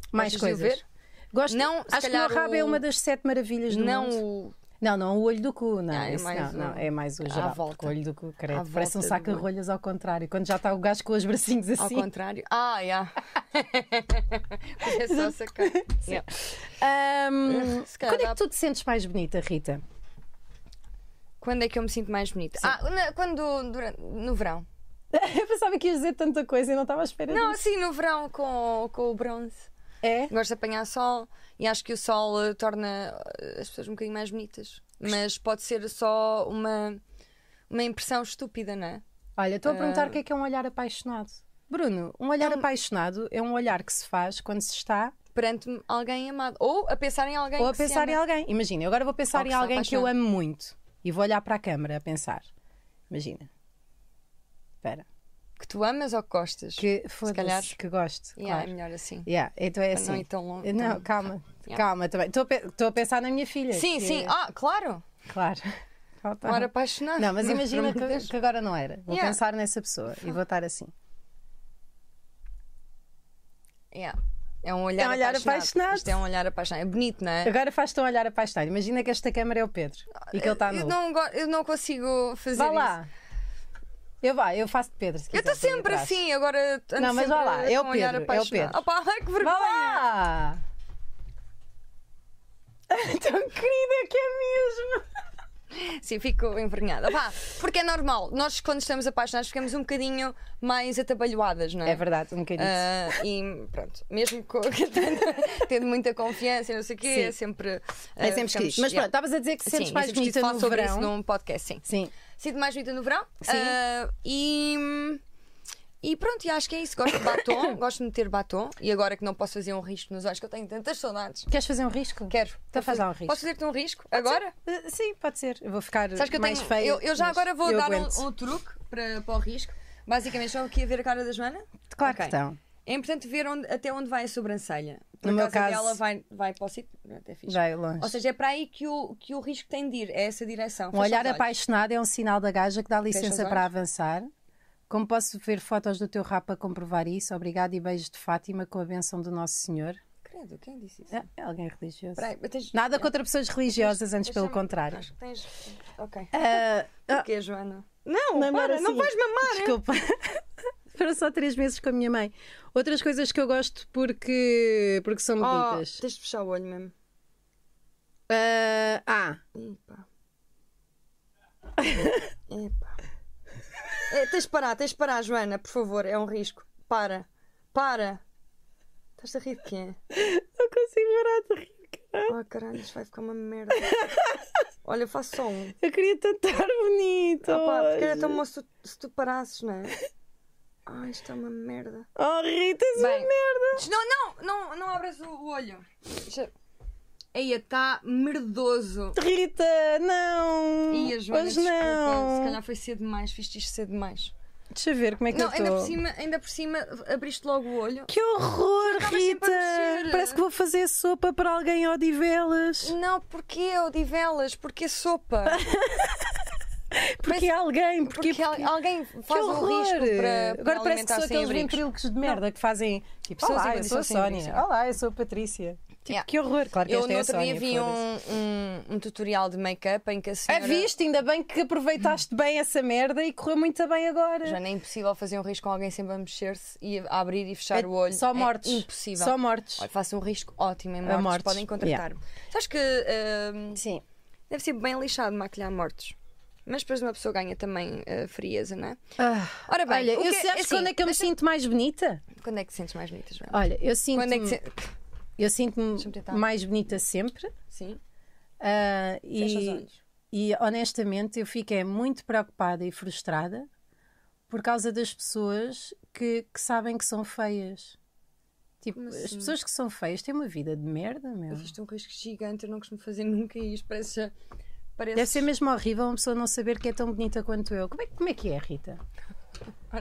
Speaker 2: Mais
Speaker 1: Gostas de o
Speaker 2: coisas.
Speaker 1: ver?
Speaker 2: Gosto,
Speaker 1: Não, se
Speaker 2: acho que o meu
Speaker 1: calhar
Speaker 2: rabo é
Speaker 1: o-
Speaker 2: uma das sete maravilhas do
Speaker 1: Não
Speaker 2: mundo.
Speaker 1: o.
Speaker 2: Não, não o olho do cu, não.
Speaker 1: Ah, é
Speaker 2: isso
Speaker 1: mais
Speaker 2: não,
Speaker 1: o-
Speaker 2: não, é mais o geral.
Speaker 1: volta.
Speaker 2: porque O olho do cu,
Speaker 1: À
Speaker 2: credo. Parece
Speaker 1: volta
Speaker 2: um
Speaker 1: do
Speaker 2: saco de
Speaker 1: olho.
Speaker 2: rolhas ao contrário. Quando já está o gajo com os bracinhos
Speaker 1: Ao
Speaker 2: assim.
Speaker 1: contrário. Ah, já. Pois é só sacar. Yeah.
Speaker 2: Ahm,
Speaker 1: Se calhar
Speaker 2: quando é
Speaker 1: dá-
Speaker 2: que tu te sentes mais bonita, Rita?
Speaker 1: Quando é que eu me sinto mais bonita? Ah, na- quando. durante- no verão.
Speaker 2: Eu pensava que ias dizer tanta coisa e não estava à espera
Speaker 1: Não,
Speaker 2: disso.
Speaker 1: assim, no verão com, com o bronze.
Speaker 2: É?
Speaker 1: Gosto de apanhar sol e acho que o sol eh, torna eh, as pessoas um bocadinho mais bonitas. Mas pode ser só uma, uma impressão estúpida, não é?
Speaker 2: Olha, estou a perguntar o que é que é um olhar apaixonado. Bruno, um olhar apaixonado é um olhar que se faz quando se está
Speaker 1: Perante alguém amado. Ou a pensar em alguém
Speaker 2: ou a
Speaker 1: que se
Speaker 2: pensar
Speaker 1: ama.
Speaker 2: em alguém. Imagina, eu agora vou
Speaker 1: Ou
Speaker 2: pensar
Speaker 1: que
Speaker 2: em
Speaker 1: está
Speaker 2: alguém que eu
Speaker 1: apaixonado.
Speaker 2: amo muito e vou olhar para a câmara a pensar. Imagina. Espera.
Speaker 1: que tu amas ou que gostas.
Speaker 2: Que
Speaker 1: calhar.
Speaker 2: foda-se que gosto.
Speaker 1: Yeah,
Speaker 2: claro.
Speaker 1: É melhor assim.
Speaker 2: Yeah, então é
Speaker 1: Para
Speaker 2: assim.
Speaker 1: não ir tão longe.
Speaker 2: Não, calma, calma também. Estou a, pe- estou a pensar na minha filha.
Speaker 1: Sim,
Speaker 2: É que-
Speaker 1: sim. Ah, claro. Um
Speaker 2: Claro. Falta-
Speaker 1: Ora, apaixonada.
Speaker 2: Não, mas
Speaker 1: Por
Speaker 2: imagina
Speaker 1: amor de
Speaker 2: que,
Speaker 1: Deus.
Speaker 2: que agora não era. Vou
Speaker 1: Yeah.
Speaker 2: pensar nessa pessoa e vou estar assim.
Speaker 1: Yeah. É um olhar,
Speaker 2: É um olhar apaixonado.
Speaker 1: Isto é um olhar apaixonado. É bonito, não é?
Speaker 2: Agora faz-te um olhar apaixonado. Imagina que esta câmara é o Pedro e que ele está
Speaker 1: eu, Ah,
Speaker 2: nu.
Speaker 1: não, go- eu não consigo fazer
Speaker 2: Vá
Speaker 1: isso.
Speaker 2: lá. Eu vá, eu faço de Pedro. Se
Speaker 1: Eu estou
Speaker 2: quiseres, ali
Speaker 1: sempre
Speaker 2: atrás.
Speaker 1: assim, agora ando
Speaker 2: é, Não, mas
Speaker 1: sempre
Speaker 2: vá lá, é o
Speaker 1: com um olhar
Speaker 2: Pedro, é o
Speaker 1: apaixonado.
Speaker 2: Pedro.
Speaker 1: Opa, ai, que
Speaker 2: Vá
Speaker 1: vergonha!
Speaker 2: lá! Tão querida que é mesmo!
Speaker 1: Sim, fico envergonhada. Vá, porque é normal, nós quando estamos apaixonados ficamos um bocadinho mais atabalhoadas, não é?
Speaker 2: É verdade, um bocadinho.
Speaker 1: Ah, e pronto, mesmo co- tendo, tendo muita confiança e não sei o quê,
Speaker 2: Sim.
Speaker 1: é sempre.
Speaker 2: é sempre esquisito. Mas pronto, estavas a dizer que sentes mais bonita no
Speaker 1: sobre
Speaker 2: verão.
Speaker 1: isso num podcast, sim.
Speaker 2: Sim.
Speaker 1: Sinto mais bonita no verão.
Speaker 2: Sim.
Speaker 1: Ah, e. E pronto, e acho que é isso. Gosto de batom, gosto de meter batom. E agora que não posso fazer um risco nos olhos, que eu tenho tantas saudades.
Speaker 2: Queres fazer um risco?
Speaker 1: Quero.
Speaker 2: Então faz lá um risco.
Speaker 1: Posso fazer-te um risco? agora?
Speaker 2: Uh, Sim, pode ser. Eu vou ficar
Speaker 1: Sabes que eu
Speaker 2: mais
Speaker 1: tenho.
Speaker 2: feio.
Speaker 1: eu, eu já agora vou dar um,
Speaker 2: um...
Speaker 1: um truque para, para o risco. Basicamente, estão aqui a ver a cara da Joana?
Speaker 2: Claro
Speaker 1: Ok.
Speaker 2: que estão.
Speaker 1: É importante ver onde- até onde vai a sobrancelha. Por
Speaker 2: No meu
Speaker 1: acaso a
Speaker 2: caso-
Speaker 1: dela vai, vai para o sítio. Pronto, é fixe.
Speaker 2: Vai longe.
Speaker 1: Ou seja, é para aí que o, que o risco tem de ir, é essa direção.
Speaker 2: Um
Speaker 1: Fecha
Speaker 2: olhar
Speaker 1: os olhos.
Speaker 2: apaixonado é um sinal da gaja que dá
Speaker 1: os
Speaker 2: licença
Speaker 1: olhos.
Speaker 2: para avançar. Como posso ver fotos do teu rapa comprovar isso? Obrigada e beijos de Fátima com a benção do Nosso Senhor.
Speaker 1: Credo, quem disse isso?
Speaker 2: É, é alguém religioso.
Speaker 1: Peraí, mas tens-
Speaker 2: Nada contra pessoas religiosas, antes pelo
Speaker 1: Deixa-me-
Speaker 2: contrário.
Speaker 1: Acho que tens. Ok.
Speaker 2: Ah,
Speaker 1: O quê, Joana? Não, é
Speaker 2: Mamar
Speaker 1: para, não
Speaker 2: assim.
Speaker 1: vais mamar.
Speaker 2: Desculpa. Foram só três meses com a minha mãe. Outras coisas que eu gosto porque, porque são
Speaker 1: Oh,
Speaker 2: medidas.
Speaker 1: tens de fechar o olho mesmo.
Speaker 2: Ah, ah,
Speaker 1: Epa. Epa. É, tens de parar, tens de parar, Joana, por favor, é um risco. Para, para. Estás a rir de quê?
Speaker 2: não consigo parar de rir. cara.
Speaker 1: Oh caralho, isto vai ficar uma merda. Olha, eu faço só um.
Speaker 2: Eu queria tanto estar bonito.
Speaker 1: Ah, pá, porque era
Speaker 2: hoje.
Speaker 1: tão bom se, tu- se tu parasses, não é? Ai, isto é uma merda.
Speaker 2: Oh, Rita, és uma
Speaker 1: Bem.
Speaker 2: merda.
Speaker 1: Não, não, não, não abras o o olho. Deixa- Eia, está merdoso.
Speaker 2: Rita, não.
Speaker 1: Ia, Joana,
Speaker 2: Hoje
Speaker 1: desculpa.
Speaker 2: não.
Speaker 1: Se calhar foi cedo demais, viste isto cedo demais.
Speaker 2: Deixa eu ver como é que
Speaker 1: Não,
Speaker 2: eu
Speaker 1: ainda por,
Speaker 2: estou.
Speaker 1: cima, ainda por cima abriste logo o olho.
Speaker 2: Que horror,
Speaker 1: Acaba sempre
Speaker 2: Rita.
Speaker 1: a mexer.
Speaker 2: Parece que vou fazer sopa para alguém ao Odivelas.
Speaker 1: Não, porquê Odivelas? Porquê sopa?
Speaker 2: Porque é alguém, porque,
Speaker 1: Porque, al- alguém
Speaker 2: Que
Speaker 1: faz um
Speaker 2: horror!
Speaker 1: risco para, para
Speaker 2: Agora parece que sou
Speaker 1: alimentar sem
Speaker 2: aqueles
Speaker 1: abrigos.
Speaker 2: ventrílocos de merda que fazem tipo,
Speaker 1: Olá,
Speaker 2: olá,
Speaker 1: eu
Speaker 2: eu
Speaker 1: sou
Speaker 2: sou a
Speaker 1: sem abrigos,
Speaker 2: Sónia,
Speaker 1: sim.
Speaker 2: olá, eu sou a Patrícia. Tipo,
Speaker 1: Yeah.
Speaker 2: que horror, claro que
Speaker 1: Eu no
Speaker 2: esta é a
Speaker 1: outro
Speaker 2: Sónia.
Speaker 1: dia vi
Speaker 2: foda-se. É
Speaker 1: um, um, um tutorial de make-up em que a
Speaker 2: A
Speaker 1: senhora...
Speaker 2: viste, ainda bem que aproveitaste bem essa merda e correu muito bem agora.
Speaker 1: Já nem é impossível fazer um risco com alguém sempre a mexer-se e a abrir e fechar
Speaker 2: É
Speaker 1: o olho.
Speaker 2: Só
Speaker 1: É
Speaker 2: mortes.
Speaker 1: impossível.
Speaker 2: Só mortes.
Speaker 1: Olha, faço um risco ótimo em
Speaker 2: A
Speaker 1: mortes.
Speaker 2: mortes,
Speaker 1: Podem contratar-me. Sabes que hum,
Speaker 2: Sim.
Speaker 1: deve ser bem lixado maquilhar mortos. Mas depois uma pessoa ganha também uh, frieza, não é? Ora bem,
Speaker 2: Ah, Olha,
Speaker 1: o
Speaker 2: eu
Speaker 1: que é-
Speaker 2: sabes
Speaker 1: assim,
Speaker 2: quando é que eu me sinto mais bonita?
Speaker 1: Quando é que te sentes mais bonita, Joana?
Speaker 2: Olha, eu sinto
Speaker 1: Quando é que se...
Speaker 2: eu sinto-me
Speaker 1: Deixa-me tentar.
Speaker 2: mais bonita sempre.
Speaker 1: Sim,
Speaker 2: ah,
Speaker 1: fecha os
Speaker 2: e,
Speaker 1: olhos.
Speaker 2: E honestamente eu fico é muito preocupada e frustrada por causa das pessoas que, que sabem que são feias. Tipo,
Speaker 1: Como
Speaker 2: as
Speaker 1: assim?
Speaker 2: pessoas que são feias têm uma vida de merda, meu.
Speaker 1: Eu fiz um risco gigante, eu não costumo fazer nunca e isto parece. parece...
Speaker 2: Deve ser mesmo horrível uma pessoa não saber que é tão bonita quanto eu. Como é, que- como é que é, Rita?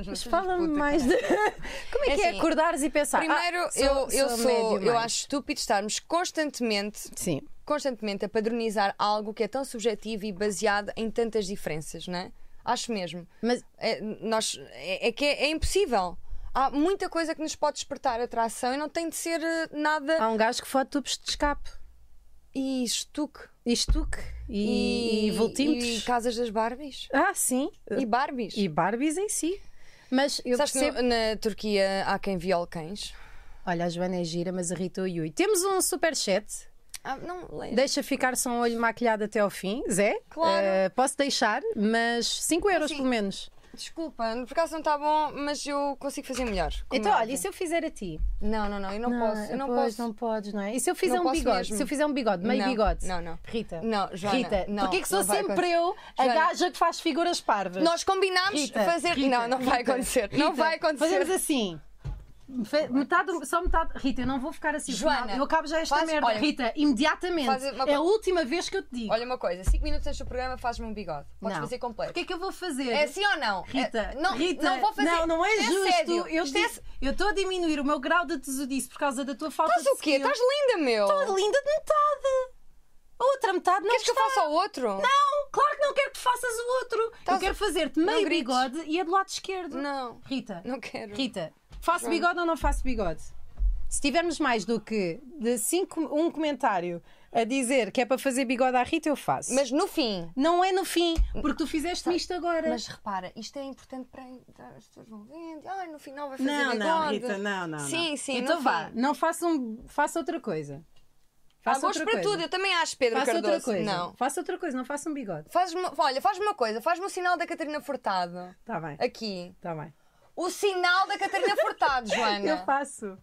Speaker 2: Mas fala-me mais de. Como é,
Speaker 1: É
Speaker 2: que é
Speaker 1: assim,
Speaker 2: acordares e pensar?
Speaker 1: Primeiro,
Speaker 2: "Ah, sou-
Speaker 1: eu, eu,
Speaker 2: sou
Speaker 1: sou,
Speaker 2: médio
Speaker 1: eu
Speaker 2: mãe."
Speaker 1: acho estúpido estarmos constantemente,
Speaker 2: Sim.
Speaker 1: constantemente a padronizar algo que é tão subjetivo e baseado em tantas diferenças, não é? Acho mesmo.
Speaker 2: Mas
Speaker 1: É, nós, é, é que é, é impossível. Há muita coisa que nos pode despertar atração e não tem de ser eh, nada.
Speaker 2: há um gajo que fode tubos de escape.
Speaker 1: E estuque.
Speaker 2: E estuque. E, e,
Speaker 1: e
Speaker 2: voltímetros.
Speaker 1: casas das Barbies.
Speaker 2: Ah, sim.
Speaker 1: E Barbies.
Speaker 2: E Barbies em si. Mas eu
Speaker 1: Sabes
Speaker 2: percebo.
Speaker 1: que no- na Turquia há quem viole cães?
Speaker 2: Olha, a Joana é gira, mas a Rita o Yui. Temos um superchat.
Speaker 1: Ah, não, leio.
Speaker 2: Deixa ficar só um olho maquilhado até ao fim, Zé.
Speaker 1: Claro.
Speaker 2: Eh, posso deixar, mas 5 euros pelo menos.
Speaker 1: Desculpa, por acaso não está bom, mas eu consigo fazer melhor. Como
Speaker 2: então,
Speaker 1: é
Speaker 2: olha,
Speaker 1: óbvio.
Speaker 2: e se eu fizer a ti?
Speaker 1: Não, não, não, eu não, posso. Eu não
Speaker 2: pois,
Speaker 1: posso.
Speaker 2: não podes, não é? E se eu fizer
Speaker 1: Não
Speaker 2: um
Speaker 1: posso
Speaker 2: bigode?
Speaker 1: mesmo.
Speaker 2: Se eu fizer um bigode, meio
Speaker 1: Não,
Speaker 2: bigode?
Speaker 1: não, não.
Speaker 2: Rita.
Speaker 1: Não, Joana,
Speaker 2: Rita,
Speaker 1: não,
Speaker 2: porquê que sou
Speaker 1: não vai
Speaker 2: sempre eu a
Speaker 1: Joana.
Speaker 2: gaja que faz figuras parvas?
Speaker 1: Nós combinámos
Speaker 2: Rita,
Speaker 1: fazer.
Speaker 2: Rita,
Speaker 1: não, não vai
Speaker 2: Rita,
Speaker 1: acontecer. não
Speaker 2: Rita,
Speaker 1: vai
Speaker 2: Fazemos
Speaker 1: acontecer.
Speaker 2: assim. Fe- Metade, do- só metade. Rita, eu não vou ficar assim.
Speaker 1: Joana,
Speaker 2: Joana, eu acabo já esta
Speaker 1: faz-
Speaker 2: merda.
Speaker 1: olha,
Speaker 2: Rita, imediatamente.
Speaker 1: faz uma
Speaker 2: É a
Speaker 1: co-
Speaker 2: última vez que eu te digo.
Speaker 1: Olha uma coisa, 5 minutos antes do programa fazes-me um bigode. Podes
Speaker 2: Não.
Speaker 1: fazer completo.
Speaker 2: O que é que eu vou fazer?
Speaker 1: É assim ou não? É-
Speaker 2: Rita,
Speaker 1: não,
Speaker 2: Rita,
Speaker 1: não vou fazer.
Speaker 2: Não, não é
Speaker 1: Isto
Speaker 2: justo.
Speaker 1: sério.
Speaker 2: Eu
Speaker 1: Isto é-
Speaker 2: disse- eu estou a diminuir o meu grau de tesudice por causa da tua falta
Speaker 1: Estás
Speaker 2: de
Speaker 1: o quê?
Speaker 2: skill.
Speaker 1: Estás linda, meu.
Speaker 2: Estou linda de metade. A outra metade não
Speaker 1: Queres que eu
Speaker 2: está.
Speaker 1: faça o outro?
Speaker 2: Não, claro que não quero que faças o outro.
Speaker 1: Estás-
Speaker 2: Eu quero fazer-te meio
Speaker 1: grites.
Speaker 2: bigode e a do lado esquerdo.
Speaker 1: Não.
Speaker 2: Rita,
Speaker 1: Não quero.
Speaker 2: Rita, faço bigode ou não faço bigode? Se tivermos mais do que de cinco, um comentário a dizer que é para fazer bigode à Rita, eu faço.
Speaker 1: Mas no fim.
Speaker 2: não é no fim, porque tu fizeste isto agora.
Speaker 1: Mas repara, isto é importante para as pessoas vão vendo. Ai, no final vai fazer
Speaker 2: Não,
Speaker 1: bigode.
Speaker 2: não, Rita, não, não.
Speaker 1: Sim,
Speaker 2: não.
Speaker 1: sim,
Speaker 2: Então
Speaker 1: no
Speaker 2: vá,
Speaker 1: fim.
Speaker 2: não faça, um, faça outra coisa.
Speaker 1: Há
Speaker 2: Faça
Speaker 1: gosto para tudo, eu também acho, Pedro
Speaker 2: Faça
Speaker 1: Cardoso.
Speaker 2: outra coisa.
Speaker 1: Não.
Speaker 2: Faça outra coisa, não faça um bigode.
Speaker 1: Faz uma, olha, faz uma coisa, faz-me o sinal da Catarina Furtado.
Speaker 2: Está Tá bem,
Speaker 1: Aqui.
Speaker 2: está bem.
Speaker 1: O sinal da Catarina Furtado,
Speaker 2: Eu
Speaker 1: Joana.
Speaker 2: faço.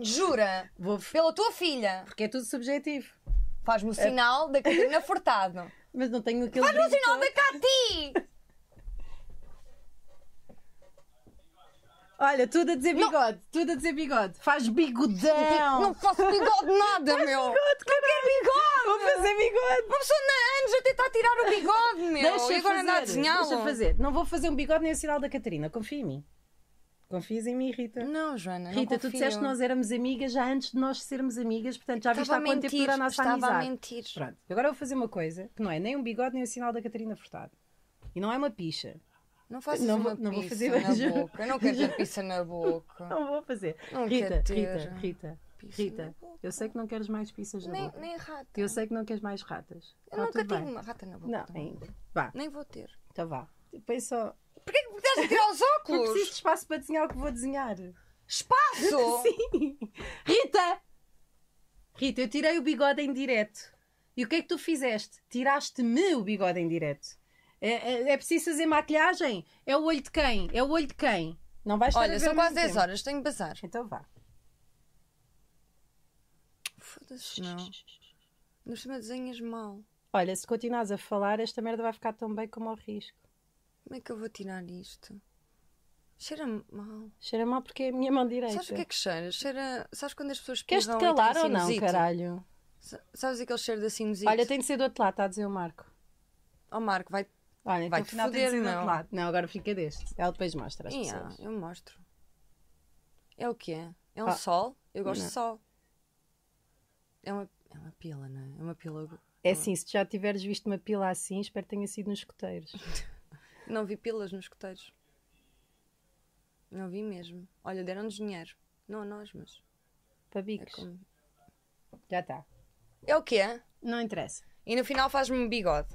Speaker 1: Jura.
Speaker 2: Vou...
Speaker 1: Pela tua filha.
Speaker 2: Porque é tudo subjetivo. É.
Speaker 1: Faz-me o sinal da Catarina Furtado.
Speaker 2: Mas não tenho aquele.
Speaker 1: Faz-me o
Speaker 2: brilho
Speaker 1: sinal
Speaker 2: todo.
Speaker 1: da Cati.
Speaker 2: Olha, tudo a dizer bigode, tudo a dizer bigode. Faz bigodão.
Speaker 1: Não faço bigode nada, meu.
Speaker 2: bigode,
Speaker 1: é
Speaker 2: bigode. Vou fazer bigode.
Speaker 1: Uma pessoa na anos a tentar tirar o bigode, meu.
Speaker 2: Deixa
Speaker 1: e agora andar a desenhá-lo.
Speaker 2: Deixa fazer. Não vou fazer um bigode nem o sinal da Catarina. Confia em mim. Confias em mim, Rita.
Speaker 1: Não, Joana. não
Speaker 2: Rita, tu
Speaker 1: confio.
Speaker 2: disseste que nós éramos amigas já antes de nós sermos amigas, portanto já viste
Speaker 1: Estava
Speaker 2: há
Speaker 1: a
Speaker 2: quanto tempo
Speaker 1: mentir.
Speaker 2: dura a nossa
Speaker 1: Estava a
Speaker 2: amizade.
Speaker 1: mentir.
Speaker 2: Pronto, agora vou fazer uma coisa que não é nem um bigode nem o sinal da Catarina Furtado. E não é uma picha.
Speaker 1: Não faças
Speaker 2: Não
Speaker 1: uma
Speaker 2: vou- não vou
Speaker 1: pizza
Speaker 2: fazer,
Speaker 1: na
Speaker 2: mas já-
Speaker 1: boca. Eu não quero ter pizza na boca.
Speaker 2: Não vou fazer.
Speaker 1: Não
Speaker 2: Rita,
Speaker 1: quero ter
Speaker 2: Rita, Rita,
Speaker 1: pizza na
Speaker 2: Rita,
Speaker 1: boca.
Speaker 2: eu sei que não queres mais pizzas na
Speaker 1: Nem,
Speaker 2: boca.
Speaker 1: nem rata.
Speaker 2: Eu sei que não queres mais ratas.
Speaker 1: Eu
Speaker 2: Tá
Speaker 1: nunca
Speaker 2: tudo
Speaker 1: tive
Speaker 2: bem.
Speaker 1: uma rata na boca.
Speaker 2: Não,
Speaker 1: também.
Speaker 2: ainda. Vá,
Speaker 1: Nem vou ter.
Speaker 2: então vá. Põe só.
Speaker 1: Porquê que me estás a tirar os
Speaker 2: Porque
Speaker 1: óculos?
Speaker 2: preciso de espaço para desenhar o que vou desenhar.
Speaker 1: Espaço!
Speaker 2: Sim! Rita! Rita, eu tirei o bigode em direto. E o que é que tu fizeste? Tiraste-me o bigode em direto. É, é- é preciso fazer maquilhagem? É o olho de quem? É o olho de quem? Não vais estar a
Speaker 1: Olha,
Speaker 2: ver
Speaker 1: são
Speaker 2: ao
Speaker 1: quase
Speaker 2: mesmo
Speaker 1: 10
Speaker 2: tempo.
Speaker 1: horas, tenho bazar.
Speaker 2: Então vá.
Speaker 1: Foda-se, não. Nos cima desenhas mal.
Speaker 2: Olha, se continuares a falar, esta merda vai ficar tão bem como ao risco.
Speaker 1: Como é que eu vou tirar isto? Cheira-me mal.
Speaker 2: Cheira mal porque é a minha mão direita.
Speaker 1: Sabes o que assim, é que cheira? Cheira. Sabes quando as pessoas
Speaker 2: Queres
Speaker 1: pisam
Speaker 2: te
Speaker 1: e têm
Speaker 2: calar ou não,
Speaker 1: sinusite?
Speaker 2: caralho?
Speaker 1: Sa- Sabes aquele cheiro da sinusite?
Speaker 2: Olha, tem de ser do outro lado, está a dizer o Marco.
Speaker 1: Oh, Marco, vai.
Speaker 2: Olha, então
Speaker 1: Vai-te
Speaker 2: afinal tem de
Speaker 1: foder,
Speaker 2: ser do
Speaker 1: não.
Speaker 2: outro lado. Não, agora fica deste. Ela depois mostra às
Speaker 1: Ih, ah,
Speaker 2: pessoas.
Speaker 1: eu mostro. É o que é? É um
Speaker 2: Ah.
Speaker 1: sol? Eu gosto
Speaker 2: Não.
Speaker 1: de sol. É uma, é uma pila, não é? É uma pila.
Speaker 2: É assim, se já tiveres visto uma pila assim, espero que tenha sido nos escoteiros.
Speaker 1: Não vi pilas nos escoteiros. Não vi mesmo. Olha, deram-nos dinheiro. Não a nós, mas.
Speaker 2: Para
Speaker 1: É,
Speaker 2: bicos.
Speaker 1: como...
Speaker 2: Já está.
Speaker 1: é o que é?
Speaker 2: Não interessa.
Speaker 1: E no final faz-me um bigode.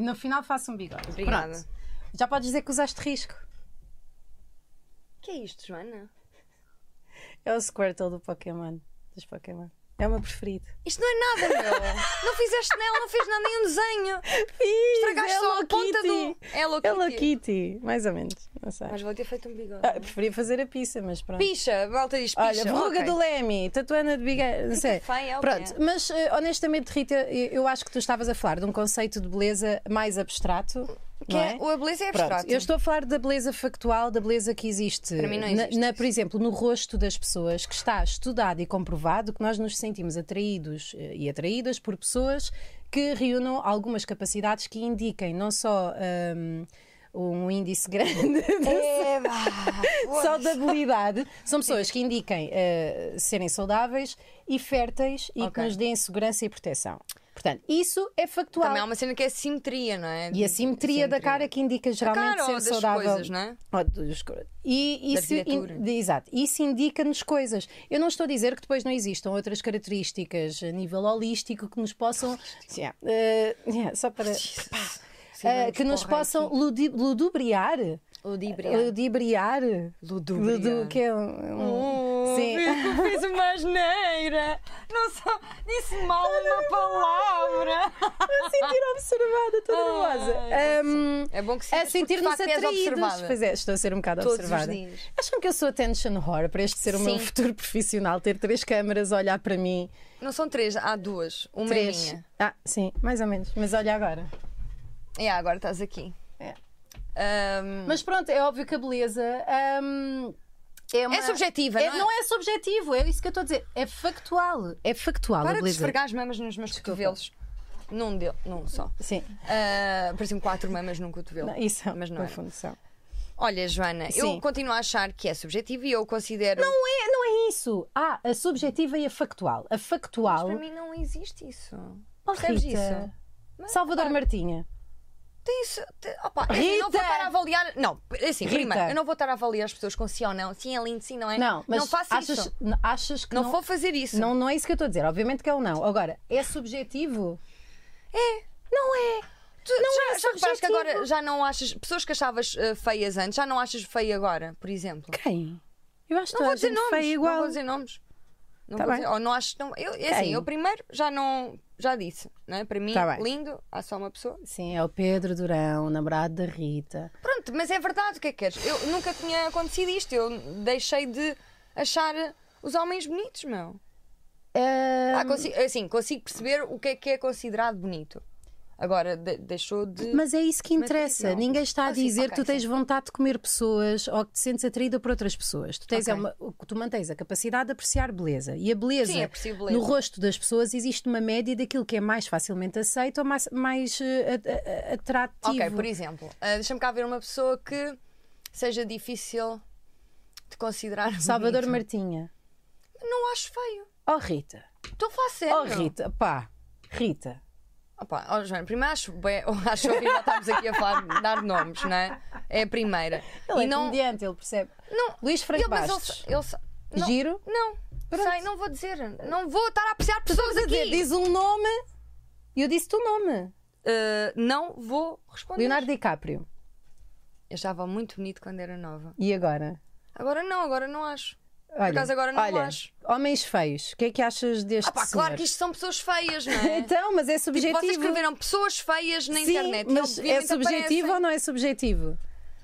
Speaker 2: No final faço um bigode.
Speaker 1: Obrigada.
Speaker 2: Pronto. Já podes dizer que usaste risco.
Speaker 1: O que é isto, Joana?
Speaker 2: É o Squirtle do Pokémon. Dos Pokémon. É o meu preferido.
Speaker 1: Isto não é nada, meu. não fizeste nela, não fiz nada, nem um desenho.
Speaker 2: Fiz,
Speaker 1: Estragaste
Speaker 2: é
Speaker 1: só
Speaker 2: Hello
Speaker 1: a ponta
Speaker 2: Kitty.
Speaker 1: do. É Hello Kitty.
Speaker 2: Hello Kitty. Mais ou menos. Não sei.
Speaker 1: Mas vou ter feito um bigode.
Speaker 2: Ah, eu preferia fazer a pizza, mas pronto.
Speaker 1: Picha, volta diz picha.
Speaker 2: Olha, verruga
Speaker 1: ok.
Speaker 2: do Leme, tatuana de bigode, não sei.
Speaker 1: feia, é o
Speaker 2: Pronto,
Speaker 1: quê?
Speaker 2: mas eh, honestamente, Rita, eu eu acho que tu estavas a falar de um conceito de beleza mais abstrato.
Speaker 1: Que
Speaker 2: não
Speaker 1: é,
Speaker 2: é?
Speaker 1: o- a beleza é
Speaker 2: Pronto,
Speaker 1: abstrata.
Speaker 2: eu estou a falar da beleza factual, da beleza que existe,
Speaker 1: Para mim não
Speaker 2: na-
Speaker 1: existe
Speaker 2: na,
Speaker 1: isso.
Speaker 2: por exemplo, no rosto das pessoas, que está estudado e comprovado que nós nos sentimos atraídos eh, e atraídas por pessoas que reúnam algumas capacidades que indiquem não só hum, um índice grande É,
Speaker 1: Eba,
Speaker 2: só de habilidade. São pessoas que indiquem eh, serem saudáveis e férteis e que
Speaker 1: Ok.
Speaker 2: nos deem segurança e proteção. Portanto, isso é factual.
Speaker 1: Também há uma cena que é simetria, não é?
Speaker 2: E a simetria da cara que indica geralmente
Speaker 1: cara ou
Speaker 2: ser
Speaker 1: das
Speaker 2: saudável.
Speaker 1: coisas, não é?
Speaker 2: Ou dos co- E
Speaker 1: Da
Speaker 2: isso, in-
Speaker 1: arquitetura.
Speaker 2: de- exato, isso indica-nos coisas. Eu não estou a dizer que depois não existam outras características a nível holístico que nos possam. Yeah. Eh, yeah, só para.
Speaker 1: Sim,
Speaker 2: eh,
Speaker 1: vamos
Speaker 2: que nos
Speaker 1: para o
Speaker 2: possam ludi- ludubriar.
Speaker 1: é Ludibriar.
Speaker 2: Ludibriar.
Speaker 1: Ludubriar.
Speaker 2: Ludu- que é um- um- Sim.
Speaker 1: Sim. Oh, Fiz uma asneira. Não só disse mal uma palavra.
Speaker 2: a sentir observada, estou nervosa.
Speaker 1: Ai,
Speaker 2: Ahm,
Speaker 1: É bom que se
Speaker 2: a sentir-nos atraídos. Pois é, estou a ser um bocado
Speaker 1: Todos os
Speaker 2: observada.
Speaker 1: dias.
Speaker 2: Acham que eu sou attention horror para este ser o meu
Speaker 1: Sim.
Speaker 2: futuro profissional, ter três câmaras a olhar para mim?
Speaker 1: Não são três, há duas. Uma
Speaker 2: três.
Speaker 1: é minha.
Speaker 2: Ah, sim, mais ou menos. Mas olha agora.
Speaker 1: É, agora estás aqui.
Speaker 2: É.
Speaker 1: Ahm,
Speaker 2: Mas pronto, é óbvio que a beleza. ahm, é, uma-
Speaker 1: é subjetiva,
Speaker 2: É-
Speaker 1: não é?
Speaker 2: não é subjetivo, é isso que eu estou a dizer. É factual. É factual
Speaker 1: Para
Speaker 2: a
Speaker 1: de
Speaker 2: beleza.
Speaker 1: esfregar as mamas nos meus cotovelos. Num, de, num só.
Speaker 2: Sim,
Speaker 1: Ah, Pareciam quatro mamas num cotovelo.
Speaker 2: não, isso é um
Speaker 1: Mas não é.
Speaker 2: no
Speaker 1: era.
Speaker 2: fundo são.
Speaker 1: Olha, Joana,
Speaker 2: Sim.
Speaker 1: eu continuo a achar que é subjetivo e eu considero.
Speaker 2: Não é, não é isso. Há a subjetiva e a factual. A factual.
Speaker 1: Para mim não existe isso.
Speaker 2: Oh,
Speaker 1: Percebes
Speaker 2: Rita.
Speaker 1: isso? Mas,
Speaker 2: Salvador
Speaker 1: pá,
Speaker 2: Martinha.
Speaker 1: Tem isso. Tem, opa, é assim, não vou
Speaker 2: Rita!
Speaker 1: estar a avaliar. Não, é assim,
Speaker 2: Rita!
Speaker 1: primeiro, eu não vou estar a avaliar as pessoas com sim ou não. Sim, é lindo, sim, não é?
Speaker 2: Não, mas
Speaker 1: não faço
Speaker 2: achas,
Speaker 1: isso.
Speaker 2: n- achas que
Speaker 1: Não,
Speaker 2: não, não,
Speaker 1: vou fazer isso.
Speaker 2: não, é isso que eu estou a dizer. Obviamente que é um não. Agora, é subjetivo?
Speaker 1: É. Tu- já,
Speaker 2: é
Speaker 1: já reparaste que
Speaker 2: subjetivo.
Speaker 1: agora já não achas. Pessoas que achavas eh, feias antes, já não achas feia agora, por exemplo.
Speaker 2: Quem? Eu acho que
Speaker 1: Não
Speaker 2: toda
Speaker 1: vou
Speaker 2: a
Speaker 1: dizer
Speaker 2: gente
Speaker 1: nomes.
Speaker 2: feia igual.
Speaker 1: Não vou dizer nomes. Não
Speaker 2: Tá
Speaker 1: vou
Speaker 2: bem.
Speaker 1: dizer, ou não acho. Não, eu, é assim,
Speaker 2: Quem?
Speaker 1: eu primeiro já não. Já disse, não é? Para mim,
Speaker 2: Tá bem.
Speaker 1: lindo, há só uma pessoa.
Speaker 2: Sim, é o Pedro Durão, o namorado da Rita.
Speaker 1: Pronto, mas é verdade, o que é que queres? Eu nunca tinha acontecido isto. Eu deixei de achar os homens bonitos, meu. Ah,
Speaker 2: Hum.
Speaker 1: consi- assim, consigo perceber o que é que é considerado bonito. Agora, de- deixou de.
Speaker 2: Mas é isso que
Speaker 1: Mas
Speaker 2: interessa.
Speaker 1: isso não.
Speaker 2: Ninguém está a
Speaker 1: Ah, sim,
Speaker 2: dizer
Speaker 1: ok,
Speaker 2: que tu tens
Speaker 1: sim.
Speaker 2: vontade de comer pessoas ou que te sentes atraída por outras pessoas. Tu, tens
Speaker 1: Ok.
Speaker 2: é uma- o que tu mantens a capacidade de apreciar beleza. E a beleza,
Speaker 1: Sim, aprecio beleza.
Speaker 2: no rosto das pessoas existe uma média daquilo que é mais facilmente aceito ou mais, mais eh, a- a- atrativo.
Speaker 1: Ok, por exemplo, ah, deixa-me cá ver uma pessoa que seja difícil de considerar.
Speaker 2: Salvador
Speaker 1: bonita.
Speaker 2: Martinha.
Speaker 1: Não acho feio.
Speaker 2: Oh Rita.
Speaker 1: Estou a falar sério.
Speaker 2: Oh Rita, pá. Rita.
Speaker 1: Opa, ó, Joana, primeiro acho bem, eu acho que já estamos aqui a falar, dar nomes, não é? É a primeira.
Speaker 2: Ele é
Speaker 1: e não,
Speaker 2: comediante, ele percebe.
Speaker 1: não,
Speaker 2: Luís Franco
Speaker 1: ele, mas ele,
Speaker 2: Bastos.
Speaker 1: sa- ele sa- não,
Speaker 2: Giro.
Speaker 1: Não,
Speaker 2: Pronto.
Speaker 1: sei, não vou dizer. Não vou estar a apreciar pessoas
Speaker 2: Estás a
Speaker 1: aqui.
Speaker 2: dizer, diz um nome e eu disse-te o nome.
Speaker 1: Uh, não vou responder.
Speaker 2: Leonardo DiCaprio.
Speaker 1: Eu estava muito bonito quando era nova.
Speaker 2: E agora?
Speaker 1: Agora não, agora não acho.
Speaker 2: Olha,
Speaker 1: acaso agora não
Speaker 2: olha,
Speaker 1: acho.
Speaker 2: Homens feios, o que é que achas deste
Speaker 1: Ah pá,
Speaker 2: senhor?
Speaker 1: claro que isto são pessoas feias, não é?
Speaker 2: Então, mas é
Speaker 1: Tipo,
Speaker 2: subjetivo.
Speaker 1: vocês escreveram pessoas feias na
Speaker 2: Sim,
Speaker 1: internet. e
Speaker 2: mas é
Speaker 1: obviamente
Speaker 2: subjetivo
Speaker 1: aparecem.
Speaker 2: ou não é subjetivo?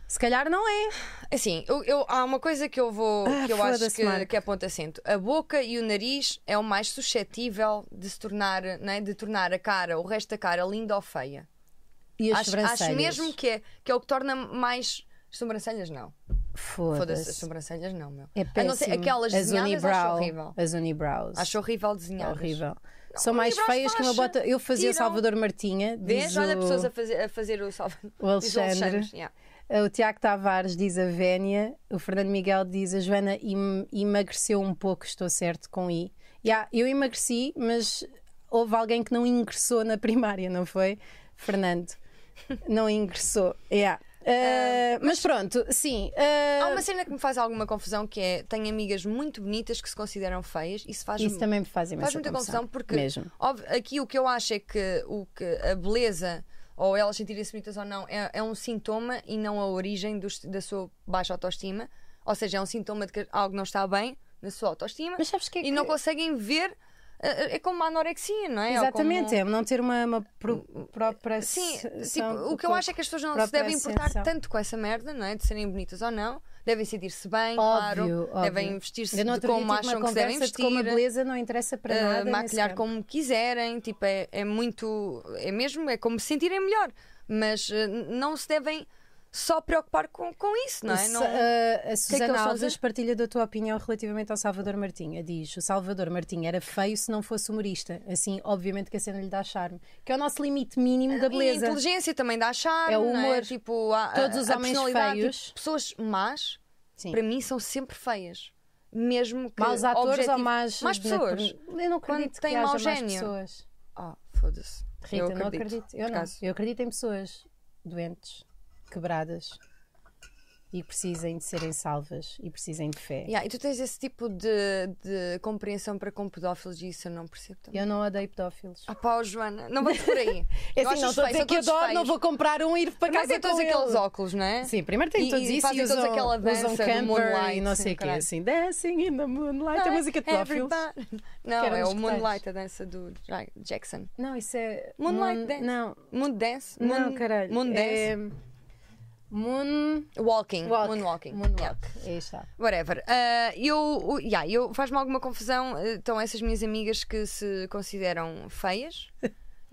Speaker 2: Se calhar não é.
Speaker 1: Assim, eu, eu- há uma coisa que eu vou
Speaker 2: Ah,
Speaker 1: que eu acho
Speaker 2: foda-se,
Speaker 1: que,
Speaker 2: Marco.
Speaker 1: que é ponto acento. A boca e o nariz é o mais suscetível de se tornar, né, de tornar a cara, o resto da cara, linda ou feia.
Speaker 2: E as
Speaker 1: acho,
Speaker 2: sobrancelhas?
Speaker 1: acho mesmo que é, que é o que torna mais. Sobrancelhas não. Foda-se, as
Speaker 2: Foda-se.
Speaker 1: sobrancelhas não, meu.
Speaker 2: é
Speaker 1: A não ser
Speaker 2: péssimo.
Speaker 1: aquelas
Speaker 2: as
Speaker 1: desenhadas, acho
Speaker 2: unibrow,
Speaker 1: horrível.
Speaker 2: As unibrows.
Speaker 1: Acho horrível
Speaker 2: É
Speaker 1: desenhadas.
Speaker 2: horrível. São mais
Speaker 1: unibrows
Speaker 2: feias que uma
Speaker 1: faixa.
Speaker 2: bota. Eu fazia o
Speaker 1: Tiram.
Speaker 2: Salvador Martinha.
Speaker 1: Vês?
Speaker 2: Diz
Speaker 1: Olha
Speaker 2: o...
Speaker 1: pessoas a fazer, a fazer o salve.
Speaker 2: o Alexandre. O Tiago Tavares diz a Vénia, o Fernando Miguel diz a Joana em- emagreceu um pouco, estou certo com I. Ya, eu emagreci, mas houve alguém que não ingressou na primária, não foi? Fernando, não ingressou. Ya. Ah, mas, pronto, sim. ah,
Speaker 1: Há uma cena que me faz alguma confusão que é tenho amigas muito bonitas que se consideram feias e se faz
Speaker 2: Isso é também me faz imensa
Speaker 1: faz muita confusão porque
Speaker 2: Mesmo.
Speaker 1: óbvio, aqui o que eu acho é que, o que a beleza ou elas sentirem-se bonitas ou não é, é um sintoma e não a origem dos- da sua baixa autoestima. Ou seja, é um sintoma de que algo não está bem na sua autoestima
Speaker 2: Mas sabes que é
Speaker 1: e não
Speaker 2: que-
Speaker 1: conseguem ver. É é como a anorexia, não é? Ou
Speaker 2: Exatamente,
Speaker 1: como-
Speaker 2: é não ter uma, uma pro- própria.
Speaker 1: Sim, tipo,
Speaker 2: sensação do
Speaker 1: o que eu
Speaker 2: corpo.
Speaker 1: acho é que as pessoas não se
Speaker 2: própria
Speaker 1: devem importar
Speaker 2: sensação.
Speaker 1: tanto com essa merda, não é? De serem bonitas ou não. Devem sentir-se bem,
Speaker 2: Óbvio,
Speaker 1: claro.
Speaker 2: óbvio.
Speaker 1: Devem vestir-se
Speaker 2: Ainda no
Speaker 1: de
Speaker 2: outro dia
Speaker 1: como
Speaker 2: tive uma
Speaker 1: acham que se devem
Speaker 2: conversa de
Speaker 1: vestir.
Speaker 2: Como a beleza não interessa para
Speaker 1: eh,
Speaker 2: nada. nesse
Speaker 1: maquilhar
Speaker 2: campo.
Speaker 1: como quiserem, tipo, é, é muito. É mesmo, é como se sentirem melhor. Mas eh, não se devem só preocupar com, com isso, não é?
Speaker 2: Su-
Speaker 1: Não-
Speaker 2: eh, a
Speaker 1: que é que eles
Speaker 2: Susana
Speaker 1: estão a
Speaker 2: Alves
Speaker 1: dizer?
Speaker 2: partilha da tua opinião relativamente ao Salvador Martinha. Diz: o Salvador Martinha era feio se não fosse humorista. Assim, obviamente que a cena lhe dá charme, que é o nosso limite mínimo da
Speaker 1: Ah, E a
Speaker 2: beleza.
Speaker 1: inteligência também dá charme,
Speaker 2: É o
Speaker 1: não
Speaker 2: humor.
Speaker 1: Tipo, a, a-
Speaker 2: Todos os
Speaker 1: a
Speaker 2: homens
Speaker 1: personalidade,
Speaker 2: feios.
Speaker 1: tipo, pessoas más,
Speaker 2: Sim.
Speaker 1: para mim, são sempre feias. Mesmo que.
Speaker 2: Maus atores ou
Speaker 1: objetivo-
Speaker 2: más.
Speaker 1: Más pessoas.
Speaker 2: Eu não acredito
Speaker 1: Quando tem
Speaker 2: que haja
Speaker 1: mau
Speaker 2: mais
Speaker 1: gênio.
Speaker 2: pessoas.
Speaker 1: Ah, foda-se.
Speaker 2: Rita,
Speaker 1: eu
Speaker 2: não
Speaker 1: acredito.
Speaker 2: acredito. Eu
Speaker 1: por
Speaker 2: não.
Speaker 1: acaso.
Speaker 2: Eu acredito em pessoas doentes, quebradas e que precisem de serem salvas e precisem de fé.
Speaker 1: Yeah, e tu tens esse tipo de, de compreensão para com pedófilos e isso eu não percebo também.
Speaker 2: Eu não odeio pedófilos.
Speaker 1: Ah pá, oh, Joana, não vais por aí.
Speaker 2: É
Speaker 1: Eu acho
Speaker 2: assim, não
Speaker 1: os
Speaker 2: estou a
Speaker 1: feios, são
Speaker 2: dizer que
Speaker 1: todos
Speaker 2: adoro,
Speaker 1: feios.
Speaker 2: não vou comprar um e ir para
Speaker 1: Primeiro
Speaker 2: casa
Speaker 1: têm todos
Speaker 2: com
Speaker 1: aqueles
Speaker 2: ele.
Speaker 1: óculos, não é?
Speaker 2: Sim, primeiro tem
Speaker 1: E- e
Speaker 2: todos isso e
Speaker 1: fazem
Speaker 2: usam,
Speaker 1: todos aquela dança
Speaker 2: usam
Speaker 1: do
Speaker 2: camper e
Speaker 1: Moonlight,
Speaker 2: não
Speaker 1: sim,
Speaker 2: sei o quê.
Speaker 1: caralho.
Speaker 2: Assim, dancing in the moonlight. a música de pedófilos.
Speaker 1: Everybody. é? Não,
Speaker 2: Que eram
Speaker 1: é
Speaker 2: os
Speaker 1: o
Speaker 2: que
Speaker 1: Moonlight, a dança do Ja- Jackson.
Speaker 2: Não, isso é...
Speaker 1: Moonlight
Speaker 2: moon...
Speaker 1: Dance.
Speaker 2: Não,
Speaker 1: Moon Dance? Moon,
Speaker 2: não, caralho.
Speaker 1: Moon Dance?
Speaker 2: É... Moon...
Speaker 1: Walking.
Speaker 2: Walk.
Speaker 1: Moonwalking.
Speaker 2: Moonwalk.
Speaker 1: Yeah.
Speaker 2: Aí está.
Speaker 1: Whatever. Ah, eu, o- yeah, eu faz-me alguma confusão. eh, Estão essas minhas amigas que se consideram feias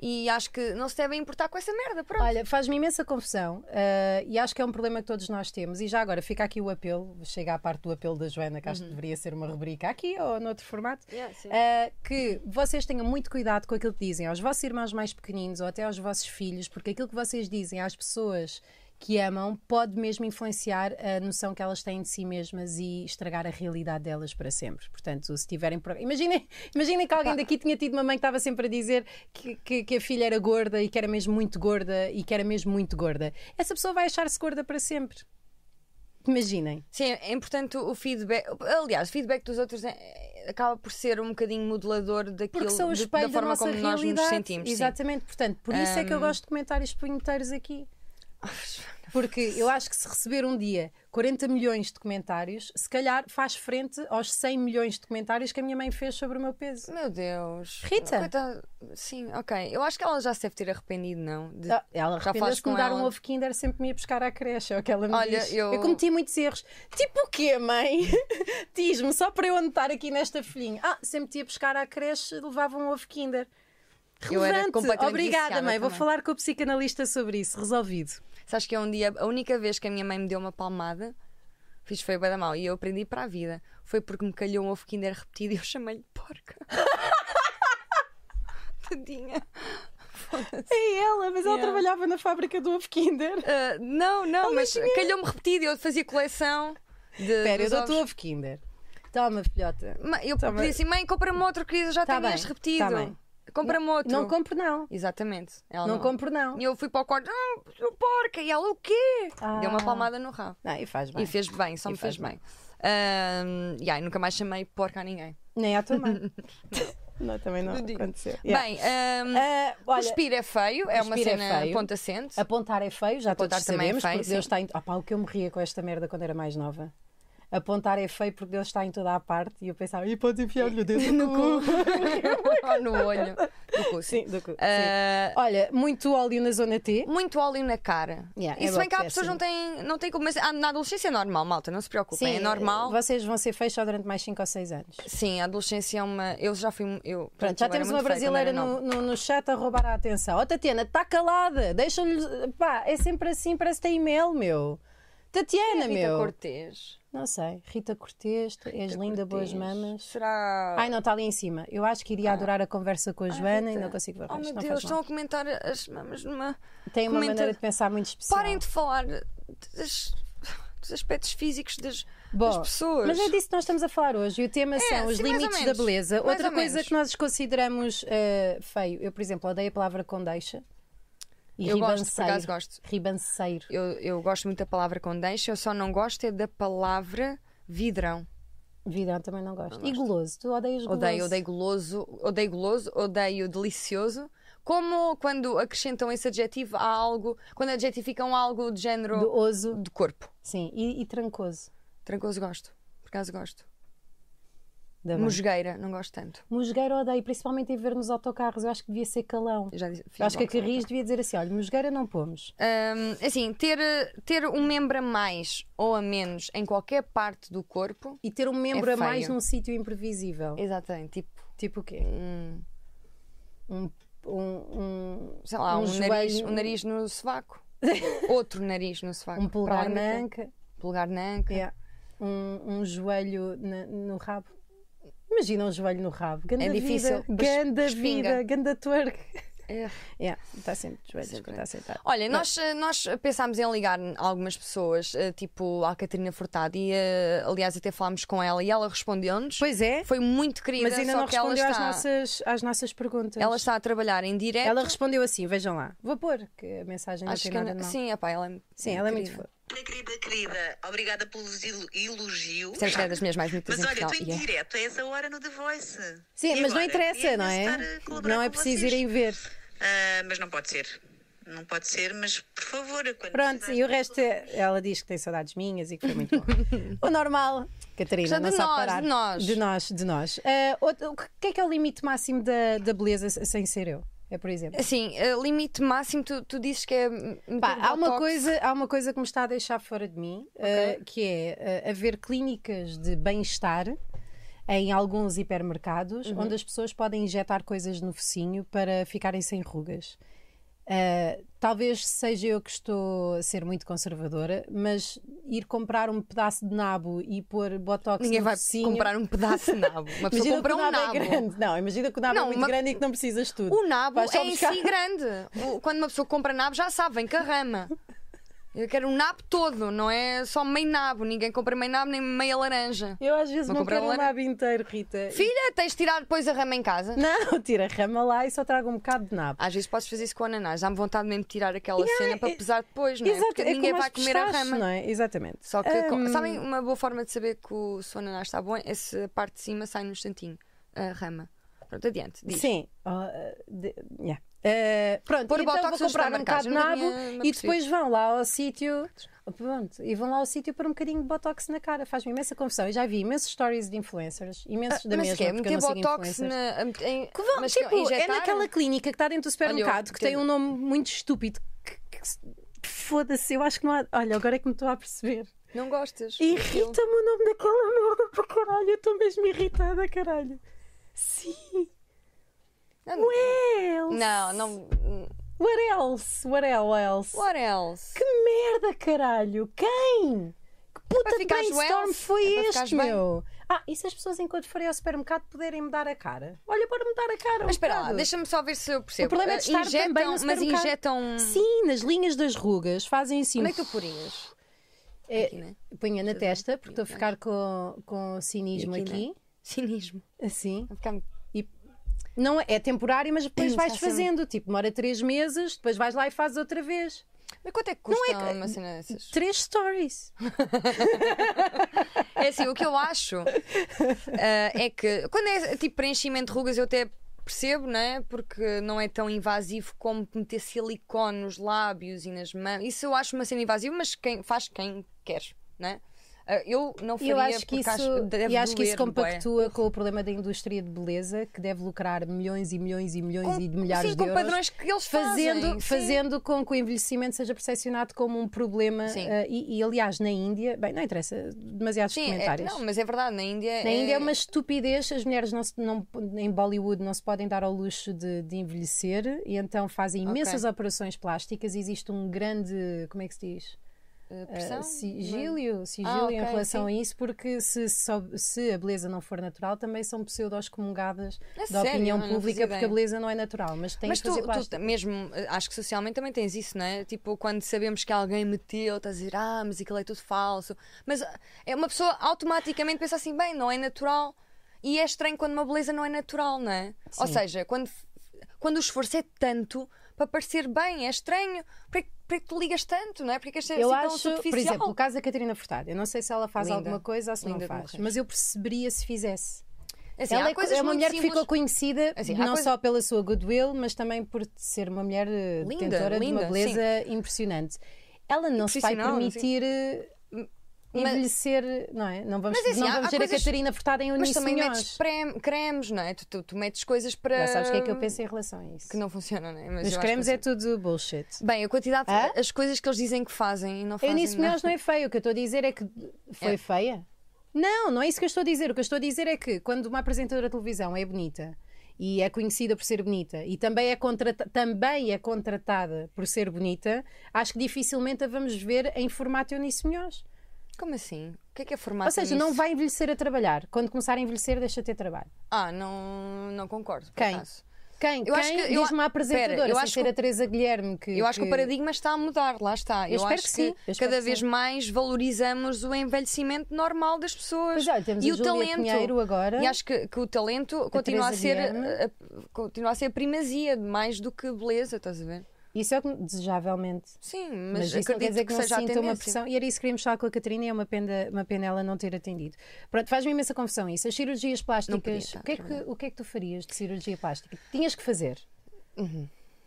Speaker 1: e acho que não se devem importar com essa merda. Pronto.
Speaker 2: Olha, faz-me imensa confusão eh, e acho que é um problema que todos nós temos. E já agora fica aqui o apelo, chega à parte do apelo da Joana, que acho
Speaker 1: Uhum.
Speaker 2: que deveria ser uma rubrica aqui ou noutro formato.
Speaker 1: Yeah, sim.
Speaker 2: eh, que vocês tenham muito cuidado com aquilo que dizem aos vossos irmãos mais pequeninos ou até aos vossos filhos, porque aquilo que vocês dizem às pessoas que amam pode mesmo influenciar a noção que elas têm de si mesmas e estragar a realidade delas para sempre. Portanto, se tiverem. pro- Imaginem, imaginem que alguém daqui tinha tido uma mãe que estava sempre a dizer que, que- que a filha era gorda e que era mesmo muito gorda e que era mesmo muito gorda. Essa pessoa vai achar-se gorda para sempre. Imaginem.
Speaker 1: Sim, é importante o feedback. Aliás, o feedback dos outros é- é- acaba por ser um bocadinho modelador daquilo
Speaker 2: Porque são o
Speaker 1: de-
Speaker 2: espelho
Speaker 1: da forma
Speaker 2: nossa
Speaker 1: como nós nos
Speaker 2: realidade.
Speaker 1: sentimos. sim.
Speaker 2: Exatamente, portanto, por isso é que eu gosto de comentários punheteiros aqui. Porque eu acho que se receber um dia 40 milhões de comentários, se calhar faz frente aos 100 milhões de comentários que a minha mãe fez sobre o meu peso.
Speaker 1: Meu Deus.
Speaker 2: Rita?
Speaker 1: Coitada- Sim, ok. Eu acho que ela já se deve ter arrependido, não? De-
Speaker 2: Ah, Ela
Speaker 1: Já
Speaker 2: arrependeu-se
Speaker 1: falaste
Speaker 2: de me
Speaker 1: com
Speaker 2: dar
Speaker 1: ela?
Speaker 2: um ovo kinder sempre que me ia buscar à creche, é o que ela me
Speaker 1: Olha,
Speaker 2: diz.
Speaker 1: eu-
Speaker 2: cometi muitos erros. Tipo o quê, mãe? Diz-me, só para eu anotar aqui nesta folhinha. Ah, sempre te ia buscar à creche, levava um ovo kinder.
Speaker 1: Eu era
Speaker 2: Relevante.
Speaker 1: completamente
Speaker 2: Obrigada,
Speaker 1: viciada
Speaker 2: mãe. Vou
Speaker 1: também.
Speaker 2: falar com o psicanalista sobre isso. Resolvido.
Speaker 1: Sabes que eu um dia, a única vez que a minha mãe me deu uma palmada, fiz foi bem da mal e eu aprendi para a vida. Foi porque me calhou um ovo Kinder repetido e eu chamei-lhe porca. Tadinha.
Speaker 2: É ela, mas ela
Speaker 1: Yeah.
Speaker 2: trabalhava na fábrica do ovo kinder.
Speaker 1: Ah, não, não, mas calhou-me repetido e eu fazia coleção. de-
Speaker 2: Espera, eu
Speaker 1: dos
Speaker 2: dou-te
Speaker 1: ovos.
Speaker 2: o ovo kinder. Toma, filhota.
Speaker 1: Ma- Eu
Speaker 2: Tá bem.
Speaker 1: pedi assim, mãe, compra-me outro, querido, eu já
Speaker 2: Tá
Speaker 1: tenho
Speaker 2: bem,
Speaker 1: este repetido.
Speaker 2: tá bem.
Speaker 1: Compra-me outro.
Speaker 2: Não compro, não.
Speaker 1: Exatamente. Ela
Speaker 2: Não compro, não.
Speaker 1: E eu fui para o quarto, ah, sou porca! E ela, o quê?
Speaker 2: Ah.
Speaker 1: Deu uma palmada no rabo.
Speaker 2: Não, e faz bem.
Speaker 1: E fez bem, só
Speaker 2: E
Speaker 1: me
Speaker 2: faz
Speaker 1: fez bem. Ahm, e aí, nunca mais chamei porca a ninguém.
Speaker 2: Nem à tua mãe. não, também não
Speaker 1: Não digo.
Speaker 2: aconteceu. Yeah.
Speaker 1: Bem, ahm,
Speaker 2: Ah,
Speaker 1: o
Speaker 2: olha,
Speaker 1: espírito é feio, é uma
Speaker 2: cuspir é
Speaker 1: cena
Speaker 2: feio.
Speaker 1: pontacente.
Speaker 2: apontar é feio, já
Speaker 1: Apontar
Speaker 2: todos
Speaker 1: também é
Speaker 2: sabemos,
Speaker 1: feio,
Speaker 2: porque
Speaker 1: sim.
Speaker 2: Deus está em. Ah, pá, o que eu morria com esta merda quando era mais nova. Apontar é feio porque Deus está em toda a parte e eu pensava, e podes enfiar-lhe o dedo no cu.
Speaker 1: Ou Oh, no olho. No cu, sim.
Speaker 2: Sim, do cu. Sim.
Speaker 1: Ah,
Speaker 2: Olha, muito óleo na zona T.
Speaker 1: muito óleo na cara.
Speaker 2: Yeah,
Speaker 1: e
Speaker 2: é assim.
Speaker 1: se bem
Speaker 2: bom,
Speaker 1: que há
Speaker 2: péssimo.
Speaker 1: pessoas que não têm, não têm como. Mas ah, na adolescência é normal, malta, não se preocupem. é normal.
Speaker 2: Vocês vão ser feios só durante mais 5 ou 6 anos.
Speaker 1: Sim, a adolescência é uma. Eu já fui. Eu, é
Speaker 2: Pronto, já temos uma brasileira no, no, no chat a roubar a atenção. Ó Tatiana, está calada, deixa-lhe. Pá, é sempre assim, parece que tem e-mail, meu. Tatiana,
Speaker 1: Rita
Speaker 2: meu.
Speaker 1: Cortês.
Speaker 2: Não sei, Rita Cortês, tu és linda, boas mamas.
Speaker 1: Será.
Speaker 2: Ai, não, está ali em cima. Eu acho que iria adorar a conversa com a Joana
Speaker 1: Ah.
Speaker 2: e
Speaker 1: Rita.
Speaker 2: não consigo ver o
Speaker 1: Oh
Speaker 2: resto,
Speaker 1: meu
Speaker 2: não
Speaker 1: Deus,
Speaker 2: faz
Speaker 1: estão
Speaker 2: mal.
Speaker 1: a comentar as mamas numa.
Speaker 2: Tem uma
Speaker 1: comenta-
Speaker 2: maneira de pensar muito especial.
Speaker 1: Parem de falar das- dos aspectos físicos das,
Speaker 2: Bom,
Speaker 1: das pessoas. É,
Speaker 2: Mas é disso que nós estamos a falar hoje. E o tema são os
Speaker 1: sim, mais ou
Speaker 2: limites da
Speaker 1: menos.
Speaker 2: beleza.
Speaker 1: Mais
Speaker 2: Outra
Speaker 1: ou
Speaker 2: coisa
Speaker 1: menos.
Speaker 2: que nós consideramos eh, feio. Eu, por exemplo, odeio a palavra condeixa. E
Speaker 1: Eu gosto, por
Speaker 2: ribanceiro.
Speaker 1: acaso gosto.
Speaker 2: Ribanceiro.
Speaker 1: Eu, eu gosto muito da palavra condeixa, eu só não gosto é da palavra vidrão.
Speaker 2: Vidrão também não gosto. e goloso. Tu odeias goloso.
Speaker 1: Odeio, odeio goloso, odeio goloso, odeio delicioso. Como quando acrescentam esse adjetivo a algo, quando adjetificam algo de género
Speaker 2: Do oso.
Speaker 1: de corpo.
Speaker 2: Sim. E, e trancoso.
Speaker 1: Trancoso gosto, por acaso gosto.
Speaker 2: Da banda.
Speaker 1: Musgueira, não gosto tanto.
Speaker 2: Musgueiro odeio, principalmente em ver nos autocarros. Eu acho que devia ser calão.
Speaker 1: Eu Já disse, fiz
Speaker 2: Eu acho que a
Speaker 1: logo.
Speaker 2: Carris devia dizer assim: olha, musgueira não pomos.
Speaker 1: Hum, assim, ter, ter um membro a mais ou a menos em qualquer parte do corpo.
Speaker 2: E ter um membro a mais
Speaker 1: É feio.
Speaker 2: num sítio imprevisível.
Speaker 1: Exatamente, tipo,
Speaker 2: Tipo o quê?
Speaker 1: um,
Speaker 2: Um- um, um,
Speaker 1: sei lá,
Speaker 2: Um
Speaker 1: um, nariz,
Speaker 2: joelho-
Speaker 1: um nariz no sovaco. Outro nariz no sovaco.
Speaker 2: um pulgar
Speaker 1: Para lá
Speaker 2: na
Speaker 1: daquele.
Speaker 2: anca.
Speaker 1: Pulgar na anca.
Speaker 2: Yeah. Um, um joelho na- no rabo. Imagina um joelho no rabo. Ganda
Speaker 1: É difícil.
Speaker 2: Vida, ganda
Speaker 1: Respinga.
Speaker 2: vida, ganda twerk.
Speaker 1: É.
Speaker 2: Yeah, Está sempre de joelhos quando está sentado.
Speaker 1: Olha, nós, eh, nós pensámos em ligar algumas pessoas, eh, tipo a Catarina Furtado, e eh, aliás até falámos com ela e ela respondeu-nos.
Speaker 2: Pois é,
Speaker 1: Foi muito querida,
Speaker 2: mas ainda
Speaker 1: só
Speaker 2: não
Speaker 1: que ela
Speaker 2: respondeu
Speaker 1: está,
Speaker 2: às nossas, às nossas perguntas.
Speaker 1: ela está a trabalhar em direto.
Speaker 2: Ela respondeu assim: vejam lá, vou pôr que a mensagem não
Speaker 1: Acho
Speaker 2: tem
Speaker 1: que
Speaker 2: nada de
Speaker 1: não-
Speaker 2: mal.
Speaker 1: sim, epá, ela é
Speaker 2: Sim, ela é muito
Speaker 1: querida.
Speaker 2: fofa.
Speaker 3: Ana querida, querida, obrigada pelos elo- elogios.
Speaker 1: Sempre que é das minhas mais bonitas
Speaker 3: Mas
Speaker 1: em
Speaker 3: olha,
Speaker 1: Portugal.
Speaker 3: estou em
Speaker 1: E é.
Speaker 3: direto a essa hora no The Voice.
Speaker 2: Sim,
Speaker 3: E
Speaker 2: mas não
Speaker 3: agora?
Speaker 2: interessa,
Speaker 3: Queria
Speaker 2: não é?
Speaker 3: estar a colaborar
Speaker 2: Não é
Speaker 3: com
Speaker 2: preciso
Speaker 3: vocês.
Speaker 2: irem ver.
Speaker 3: Ah, mas não pode ser. Não pode ser, mas por favor. quando
Speaker 2: Pronto,
Speaker 3: precisarem-
Speaker 2: e o resto, é- ela diz que tem saudades minhas e que foi muito bom. o normal, Catarina,
Speaker 1: Já
Speaker 2: não
Speaker 1: de
Speaker 2: sabe
Speaker 1: nós,
Speaker 2: parar.
Speaker 1: de nós.
Speaker 2: De nós, de nós. Ah, outro- o que- que é que é o limite máximo da, da beleza se- sem ser eu? É, por exemplo.
Speaker 1: Assim, eh, limite máximo, tu, tu dizes que é. meter
Speaker 2: Pá, há, uma
Speaker 1: botox.
Speaker 2: coisa, há uma coisa que me está a deixar fora de mim, ah, que é ah, haver clínicas de bem-estar em alguns hipermercados,
Speaker 1: Uhum.
Speaker 2: onde as pessoas podem injetar coisas no focinho para ficarem sem rugas. Uh, talvez seja eu que estou a ser muito conservadora, mas ir comprar um pedaço de nabo e pôr botox
Speaker 1: Ninguém
Speaker 2: no
Speaker 1: vai
Speaker 2: focinho-
Speaker 1: comprar um pedaço de nabo. Uma pessoa
Speaker 2: Imagina
Speaker 1: compra
Speaker 2: que o
Speaker 1: um
Speaker 2: nabo,
Speaker 1: nabo.
Speaker 2: é grande. Não, imagina que o nabo é
Speaker 1: Não,
Speaker 2: muito
Speaker 1: uma-
Speaker 2: grande e que não precisas tudo.
Speaker 1: O nabo é
Speaker 2: Vais só
Speaker 1: em
Speaker 2: buscar-
Speaker 1: si grande. O- Quando uma pessoa compra nabo, já sabe, vem com a rama. Eu quero um nabo todo, não é só meio nabo. Ninguém compra meio nabo nem meia laranja.
Speaker 2: Eu às vezes
Speaker 1: Vou
Speaker 2: não
Speaker 1: comprar
Speaker 2: quero um
Speaker 1: laranja.
Speaker 2: nabo inteiro, Rita.
Speaker 1: Filha, tens de tirar depois a rama em casa.
Speaker 2: Não, tira a rama lá e só trago um bocado de nabo.
Speaker 1: Às vezes podes fazer isso com ananás. Dá-me vontade mesmo de tirar aquela cena para
Speaker 2: é-
Speaker 1: pesar depois, não é? Porque
Speaker 2: é
Speaker 1: ninguém
Speaker 2: como
Speaker 1: vai
Speaker 2: as
Speaker 1: comer a
Speaker 2: pistaches,
Speaker 1: rama.
Speaker 2: Não é? Exatamente.
Speaker 1: Só que,
Speaker 2: Ahm,
Speaker 1: co- sabem, uma boa forma de saber que o seu ananás está bom é se a parte de cima sai num instantinho. A rama. Pronto, adiante. Diz.
Speaker 2: Sim. Ah, de- yeah. Ah, pronto,
Speaker 1: Pôr
Speaker 2: então
Speaker 1: botox
Speaker 2: vou
Speaker 1: nos
Speaker 2: comprar um
Speaker 1: supermercados,
Speaker 2: bocado
Speaker 1: nunca
Speaker 2: de nabo
Speaker 1: tinha me
Speaker 2: e
Speaker 1: apercebido.
Speaker 2: depois vão lá ao sítio. Pronto, e vão lá ao sítio pôr um bocadinho de botox na cara. Faz-me imensa confusão. Eu já vi imensos stories de influencers, imensos da
Speaker 1: mas
Speaker 2: mesma,
Speaker 1: que é?
Speaker 2: porque eu
Speaker 1: Meter
Speaker 2: não sigo
Speaker 1: botox
Speaker 2: influencers.
Speaker 1: na. Em,
Speaker 2: Que vão-
Speaker 1: mas que
Speaker 2: tipo, é
Speaker 1: injetaram?
Speaker 2: naquela clínica que está dentro do supermercado
Speaker 1: Olha, eu
Speaker 2: que tem um nome muito estúpido. que- que- que- Foda-se, eu acho que não há. Olha, agora é que me estou a perceber.
Speaker 1: Não gostas? Eu-
Speaker 2: Irrita-me o nome daquela merda para caralho. Eu estou mesmo irritada, caralho. Sim.
Speaker 1: Não,
Speaker 2: What else?
Speaker 1: Não, não.
Speaker 2: What else? What else?
Speaker 1: What else?
Speaker 2: Que merda, caralho! Quem? Que puta
Speaker 1: para
Speaker 2: de
Speaker 1: ficares
Speaker 2: brainstorm
Speaker 1: well,
Speaker 2: foi
Speaker 1: é para ficares
Speaker 2: este,
Speaker 1: bem.
Speaker 2: meu? Ah, e se as pessoas enquanto forem ao supermercado puderem mudar a cara? Olha, para mudar a cara. um
Speaker 1: Mas espera lá,
Speaker 2: bocado.
Speaker 1: deixa-me só ver se eu percebo.
Speaker 2: O problema é de
Speaker 1: Ah,
Speaker 2: estar
Speaker 1: injetam,
Speaker 2: também no
Speaker 1: Mas
Speaker 2: supermercado.
Speaker 1: injetam.
Speaker 2: Sim, nas linhas das rugas, fazem assim.
Speaker 1: Onde é que tu porias?
Speaker 2: É,
Speaker 1: Aqui, né?
Speaker 2: Ponha
Speaker 1: Deixa
Speaker 2: na
Speaker 1: eu ver.
Speaker 2: testa, porque estou a
Speaker 1: Aqui,
Speaker 2: ficar com, com cinismo
Speaker 1: E né?
Speaker 2: aqui,
Speaker 1: aqui, Cinismo.
Speaker 2: assim.
Speaker 1: Vai ficar-
Speaker 2: E Não é, é temporário, mas depois
Speaker 1: Sim,
Speaker 2: vais
Speaker 1: já sei.
Speaker 2: fazendo. Tipo, demora três meses, depois vais lá e fazes outra vez.
Speaker 1: Mas quanto é que custa
Speaker 2: Não é que-
Speaker 1: uma cena dessas?
Speaker 2: Três stories.
Speaker 1: É assim, o que eu acho ah, é que quando é tipo preenchimento de rugas, eu até percebo, né? Porque não é tão invasivo como meter silicone nos lábios e nas mãos. Isso eu acho uma cena invasiva, mas quem faz quem quer, né? Ah, eu não
Speaker 2: E
Speaker 1: faria
Speaker 2: eu acho que
Speaker 1: porque
Speaker 2: isso,
Speaker 1: deve
Speaker 2: e acho que isso
Speaker 1: doer-me, bué.
Speaker 2: compactua com o problema da indústria de beleza que deve lucrar milhões e milhões e milhões
Speaker 1: Com-
Speaker 2: e de milhares
Speaker 1: sim,
Speaker 2: de
Speaker 1: com
Speaker 2: euros.
Speaker 1: padrões que eles
Speaker 2: fazendo,
Speaker 1: fazem, sim.
Speaker 2: fazendo com que o envelhecimento seja percepcionado como um problema.
Speaker 1: Sim.
Speaker 2: eh, e, e, aliás, na Índia, bem, não interessa, demasiados
Speaker 1: Sim, é,
Speaker 2: comentários.
Speaker 1: não, mas é verdade, na Índia.
Speaker 2: Na Índia é uma estupidez, as mulheres não, se- não- em Bollywood não se podem dar ao luxo de, de envelhecer e então fazem imensas operações plásticas. Existe um grande, como é que se diz?
Speaker 1: eh,
Speaker 2: Eh,
Speaker 1: pressão,
Speaker 2: sigílio, sigílio
Speaker 1: Ah,
Speaker 2: em
Speaker 1: ok,
Speaker 2: relação a isso, porque se, só- se a beleza não for natural, também são pseudos comungadas
Speaker 1: É
Speaker 2: da
Speaker 1: sério?
Speaker 2: opinião
Speaker 1: Não fazia
Speaker 2: pública, porque
Speaker 1: ideia.
Speaker 2: a beleza não é natural, mas tem
Speaker 1: Mas
Speaker 2: que fazer
Speaker 1: tu,
Speaker 2: plástica.
Speaker 1: tu mesmo, eh, acho que socialmente também tens isso, não é? Tipo, quando sabemos que alguém meteu, estás a dizer, ah, mas aquilo é tudo falso. Mas ah, é uma pessoa automaticamente pensa assim, bem, não é natural. E é estranho quando uma beleza não é natural, não é? Ou
Speaker 2: Sim.
Speaker 1: seja, quando, quando o esforço é tanto para parecer bem, é estranho. Para que, para que tu ligas tanto, não é? Porque queres ser
Speaker 2: eu
Speaker 1: assim tão
Speaker 2: acho, por
Speaker 1: superficial?
Speaker 2: exemplo, o caso da Catarina Furtado. Eu não sei se ela faz
Speaker 1: Linda.
Speaker 2: alguma coisa ou se
Speaker 1: Linda é de
Speaker 2: não faz,
Speaker 1: morrer.
Speaker 2: mas eu perceberia se fizesse.
Speaker 1: Assim,
Speaker 2: ela
Speaker 1: há
Speaker 2: é, co-
Speaker 1: coisas
Speaker 2: é uma
Speaker 1: muito
Speaker 2: mulher que
Speaker 1: simples.
Speaker 2: ficou conhecida
Speaker 1: Assim, há
Speaker 2: não
Speaker 1: coisa-
Speaker 2: só pela sua goodwill, mas também por ser uma mulher eh,
Speaker 1: Linda,
Speaker 2: detentora de uma
Speaker 1: linda,
Speaker 2: beleza impressionante. Ela não se vai
Speaker 1: Profissional, não sei.
Speaker 2: permitir. eh, Envelhecer, não é? Não vamos,
Speaker 1: Mas, assim,
Speaker 2: não
Speaker 1: há- há
Speaker 2: vamos ver
Speaker 1: coisas-
Speaker 2: a Catarina Furtado em
Speaker 1: Mas
Speaker 2: uníssono.
Speaker 1: também
Speaker 2: nós.
Speaker 1: metes prem- cremes, não é? Tu, tu, tu metes coisas para.
Speaker 2: Já sabes o que é que eu penso em relação a isso.
Speaker 1: Que não funciona, não é? Mas
Speaker 2: Os
Speaker 1: eu acho
Speaker 2: cremes
Speaker 1: que
Speaker 2: é tudo bullshit.
Speaker 1: Bem, a quantidade,
Speaker 2: Hã?
Speaker 1: as coisas que eles dizem que fazem e não
Speaker 2: A
Speaker 1: fazem.
Speaker 2: Eunice
Speaker 1: nada.
Speaker 2: Munhoz não é feia, o que eu estou a dizer é que foi
Speaker 1: É.
Speaker 2: feia. Não, não é isso que eu estou a dizer. O que eu estou a dizer é que quando uma apresentadora de televisão é bonita e é conhecida por ser bonita e também é, contrata- também é contratada por ser bonita, acho que dificilmente a vamos ver em formato Eunice Munhoz.
Speaker 1: Como assim? O que é que é formato?
Speaker 2: Ou seja, não
Speaker 1: nisso?
Speaker 2: vai envelhecer a trabalhar. Quando começar a envelhecer, deixa de ter trabalho.
Speaker 1: Ah, não, não concordo. por
Speaker 2: Quem?
Speaker 1: acaso.
Speaker 2: Quem?
Speaker 1: Eu
Speaker 2: Quem?
Speaker 1: acho que- eu
Speaker 2: Diz-me
Speaker 1: a-
Speaker 2: uma apresentadora,
Speaker 1: Pera, eu
Speaker 2: sem
Speaker 1: acho
Speaker 2: ser
Speaker 1: que-
Speaker 2: a Teresa Guilherme. Que,
Speaker 1: Eu acho que o paradigma está a mudar, lá está. Eu,
Speaker 2: espero
Speaker 1: acho
Speaker 2: que sim, eu espero
Speaker 1: cada
Speaker 2: que
Speaker 1: vez
Speaker 2: sim.
Speaker 1: mais valorizamos o envelhecimento normal das pessoas
Speaker 2: Pois olha, temos
Speaker 1: e
Speaker 2: a
Speaker 1: o
Speaker 2: Júlia
Speaker 1: talento.
Speaker 2: Pinheiro agora.
Speaker 1: E acho que, que o talento continua a,
Speaker 2: Teresa
Speaker 1: ser,
Speaker 2: Guilherme.
Speaker 1: a, a- continua a ser primazia mais do que beleza, estás a ver?
Speaker 2: Isso é o que desejavelmente.
Speaker 1: Sim,
Speaker 2: Mas,
Speaker 1: mas,
Speaker 2: isso não
Speaker 1: acredito
Speaker 2: quer dizer que, não se
Speaker 1: seja a
Speaker 2: sinta uma
Speaker 1: tendência.
Speaker 2: pressão. E era isso que queríamos falar com a Catarina e é uma pena, uma pena ela não ter atendido. Pronto, faz-me imensa confusão isso. As cirurgias
Speaker 1: podia tá,
Speaker 2: plásticas,
Speaker 1: estar
Speaker 2: o que, é que, o que é que tu farias de cirurgia plástica? Tinhas que fazer.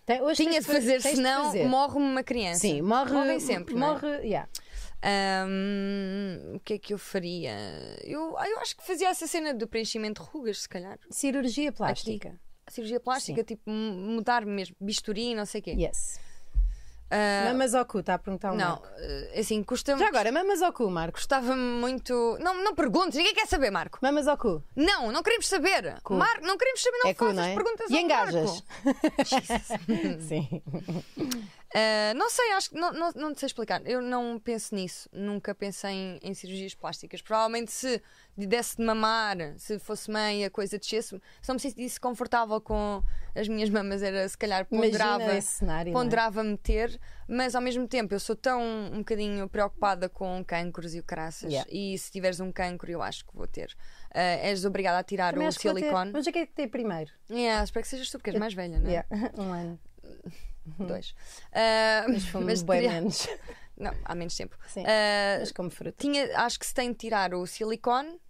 Speaker 2: Tem- hoje
Speaker 1: Uhum. Tinha
Speaker 2: tens
Speaker 1: de fazer,
Speaker 2: tens de
Speaker 1: senão
Speaker 2: fazer.
Speaker 1: morre-me uma criança.
Speaker 2: Sim, morre.
Speaker 1: Morrem sempre. não é?
Speaker 2: Morre, yeah.
Speaker 1: Ahm, o que é que eu faria? Eu, ah, eu acho que fazia essa cena do preenchimento de rugas, se calhar.
Speaker 2: Cirurgia plástica.
Speaker 1: A cirurgia plástica, tipo, m- mudar mesmo, bisturi, não sei o quê.
Speaker 2: Yes.
Speaker 1: Ah,
Speaker 2: Mamas ao cu, está a perguntar o
Speaker 1: não,
Speaker 2: Marco.
Speaker 1: eh, assim, custa
Speaker 2: Já agora, mamas ao cu, Marcos.
Speaker 1: Gostava-me muito. Não, não perguntes, ninguém quer saber, Marco.
Speaker 2: Mamas ao cu.
Speaker 1: Não, não queremos saber. Marco, não queremos saber, não
Speaker 2: é cu,
Speaker 1: fazes
Speaker 2: não é?
Speaker 1: perguntas
Speaker 2: E
Speaker 1: ao
Speaker 2: engajas.
Speaker 1: Marco.
Speaker 2: Sim.
Speaker 1: Ah, não sei, acho que não, não, não sei explicar. Eu não penso nisso. Nunca pensei em, em cirurgias plásticas. Provavelmente se lhe desse de mamar, se fosse mãe e a coisa descesse, se não me sentisse confortável com as minhas mamas, era se calhar ponderava,
Speaker 2: Imagina esse cenário, não é?
Speaker 1: ponderava meter, mas ao mesmo tempo eu sou tão um bocadinho preocupada com cancros e o caraças.
Speaker 2: Yeah.
Speaker 1: E se tiveres um cancro, eu acho que vou ter. Ah, és obrigada a tirar
Speaker 2: Também
Speaker 1: o
Speaker 2: acho que vou ter-
Speaker 1: silicone.
Speaker 2: Mas o que é que tem primeiro?
Speaker 1: Yeah, espero que sejas tu, porque és mais velha, não é?
Speaker 2: Yeah. Um ano.
Speaker 1: Dois. Ah,
Speaker 2: Mas foi um
Speaker 1: mas
Speaker 2: bem
Speaker 1: teria-
Speaker 2: menos.
Speaker 1: Não, há menos tempo.
Speaker 2: Sim.
Speaker 1: Ah,
Speaker 2: Mas como fruta.
Speaker 1: tinha, acho que se tem de tirar o silicone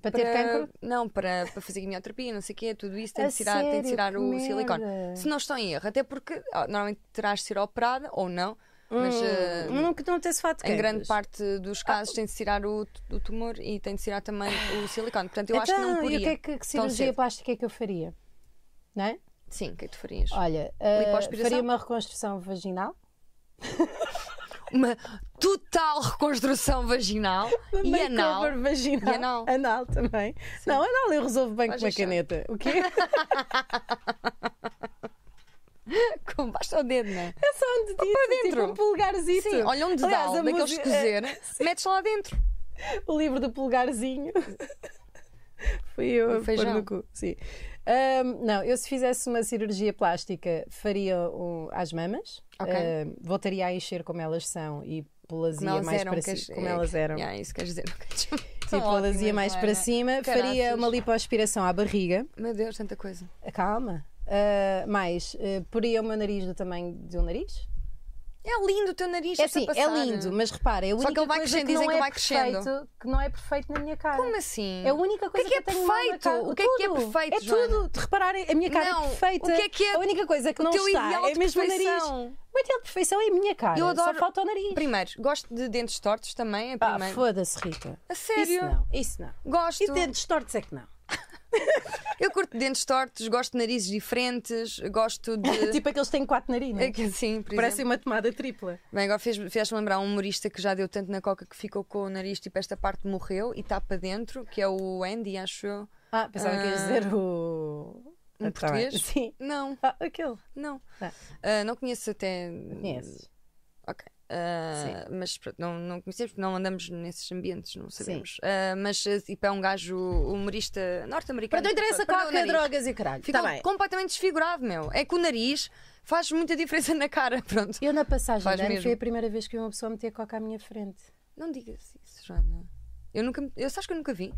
Speaker 2: Para ter cancro?
Speaker 1: Não, para, para fazer quimioterapia, não sei o quê, tudo isso tem
Speaker 2: A
Speaker 1: de tirar, tem de
Speaker 2: sério?
Speaker 1: tirar
Speaker 2: Que
Speaker 1: o silicone.
Speaker 2: merda.
Speaker 1: Se não estou em erro, até porque ah, normalmente terás de ser operada ou não, mas ah,
Speaker 2: Hum, não, que não tem-se fato de
Speaker 1: em grande
Speaker 2: cancros. Ah,
Speaker 1: parte dos casos tem de tirar o, t- o tumor e tem de tirar também o silicone. Portanto, eu acho que
Speaker 2: Então,
Speaker 1: não
Speaker 2: E
Speaker 1: poria.
Speaker 2: o que é que, que
Speaker 1: tão
Speaker 2: cirurgia
Speaker 1: cedo.
Speaker 2: plástica é que eu faria? Não é?
Speaker 1: Sim, o que é que tu farias?
Speaker 2: Olha, ah,
Speaker 1: Lipoaspiração?
Speaker 2: faria uma reconstrução vaginal.
Speaker 1: Uma total reconstrução vaginal e
Speaker 2: Makeover
Speaker 1: anal.
Speaker 2: vaginal.
Speaker 1: E anal.
Speaker 2: também. Não, anal eu resolvo bem
Speaker 1: Vais
Speaker 2: com uma
Speaker 1: deixar.
Speaker 2: caneta. O quê?
Speaker 1: Com, basta o dedo, não é?
Speaker 2: É só um dedito, tipo
Speaker 1: dentro.
Speaker 2: um polegarzito.
Speaker 1: Sim, olha um
Speaker 2: Aliás,
Speaker 1: dedal
Speaker 2: a
Speaker 1: daqueles de
Speaker 2: música-
Speaker 1: cozer, metes lá dentro.
Speaker 2: o livro do polegarzinho. Fui eu a
Speaker 1: O Um feijão.
Speaker 2: pôr no cu. Sim. Ahm, não, eu se fizesse uma cirurgia plástica faria um, às mamas.
Speaker 1: Ok.
Speaker 2: Ahm, voltaria a encher como elas são e
Speaker 1: como
Speaker 2: pô-las-ia
Speaker 1: elas
Speaker 2: é mais
Speaker 1: eram,
Speaker 2: para
Speaker 1: queres-
Speaker 2: cima. Como elas eram.
Speaker 1: Yeah, isso queres dizer. é?
Speaker 2: E pô-las-ia mais para cima. Faria uma
Speaker 1: lipo.
Speaker 2: lipoaspiração à barriga.
Speaker 1: Meu Deus, tanta coisa.
Speaker 2: calma. Ah, mais, ah, poria o meu nariz do tamanho de um nariz?
Speaker 1: É lindo o teu nariz.
Speaker 2: É
Speaker 1: essa
Speaker 2: assim, é
Speaker 1: passada.
Speaker 2: lindo, mas repara, é a
Speaker 1: Só que
Speaker 2: única
Speaker 1: ele vai
Speaker 2: coisa
Speaker 1: crescendo,
Speaker 2: que não
Speaker 1: dizem que
Speaker 2: é
Speaker 1: vai crescendo.
Speaker 2: perfeito, que não é perfeito na minha cara.
Speaker 1: Como assim?
Speaker 2: É a única coisa
Speaker 1: o que é que, é
Speaker 2: eu tenho mal na
Speaker 1: perfeito?
Speaker 2: cara.
Speaker 1: O que é que é
Speaker 2: Tudo.
Speaker 1: perfeito?
Speaker 2: É tudo. De repararem, a minha cara
Speaker 1: Não,
Speaker 2: é perfeita.
Speaker 1: o que é que é
Speaker 2: A única coisa que
Speaker 1: o
Speaker 2: não
Speaker 1: teu
Speaker 2: está
Speaker 1: ideal
Speaker 2: é
Speaker 1: de
Speaker 2: mesmo o nariz.
Speaker 1: perfeição?
Speaker 2: O ideal de perfeição é a minha cara.
Speaker 1: Eu
Speaker 2: Só
Speaker 1: adoro-
Speaker 2: falta o nariz.
Speaker 1: Joana? Primeiro, gosto de dentes tortos também. É
Speaker 2: Pá,
Speaker 1: primeiro.
Speaker 2: Ah, foda-se, Rita.
Speaker 1: a sério?
Speaker 2: Isso não, isso não.
Speaker 1: Gosto.
Speaker 2: E dentes tortos é que não.
Speaker 1: Eu curto dentes tortos, gosto de narizes diferentes, gosto de.
Speaker 2: tipo aqueles que têm quatro narinas.
Speaker 1: É que assim, por exemplo.
Speaker 2: Parecem uma tomada tripla.
Speaker 1: Bem, agora fez- fez-me lembrar um humorista que já deu tanto na coca que ficou com o nariz, tipo, esta parte morreu e está para dentro, que é o Andy, acho eu.
Speaker 2: Ah, pensava que ias
Speaker 1: Ah.
Speaker 2: dizer o.
Speaker 1: Um
Speaker 2: Ah, tá bem.
Speaker 1: português?
Speaker 2: Sim.
Speaker 1: Não,
Speaker 2: Ah, aquele.
Speaker 1: não.
Speaker 2: Ah.
Speaker 1: Ah, não conheço até.
Speaker 2: Conheces.
Speaker 1: Ok. Ah, mas pronto, não, não conhecemos porque não andamos nesses ambientes, não sabemos. Ah, mas ah, tipo, é um gajo humorista norte-americano.
Speaker 2: Pronto, não interessa
Speaker 1: Perdeu o
Speaker 2: coca,
Speaker 1: nariz.
Speaker 2: drogas e o caralho.
Speaker 1: Ficou
Speaker 2: Tá bem.
Speaker 1: completamente desfigurado, meu. É que o nariz faz muita diferença na cara, pronto.
Speaker 2: Eu na passagem
Speaker 1: Faz
Speaker 2: de ano
Speaker 1: mesmo.
Speaker 2: foi a primeira vez que vi uma pessoa meter coca à minha frente.
Speaker 1: Não digas isso, Joana. Eu nunca. Eu sabes que eu nunca vi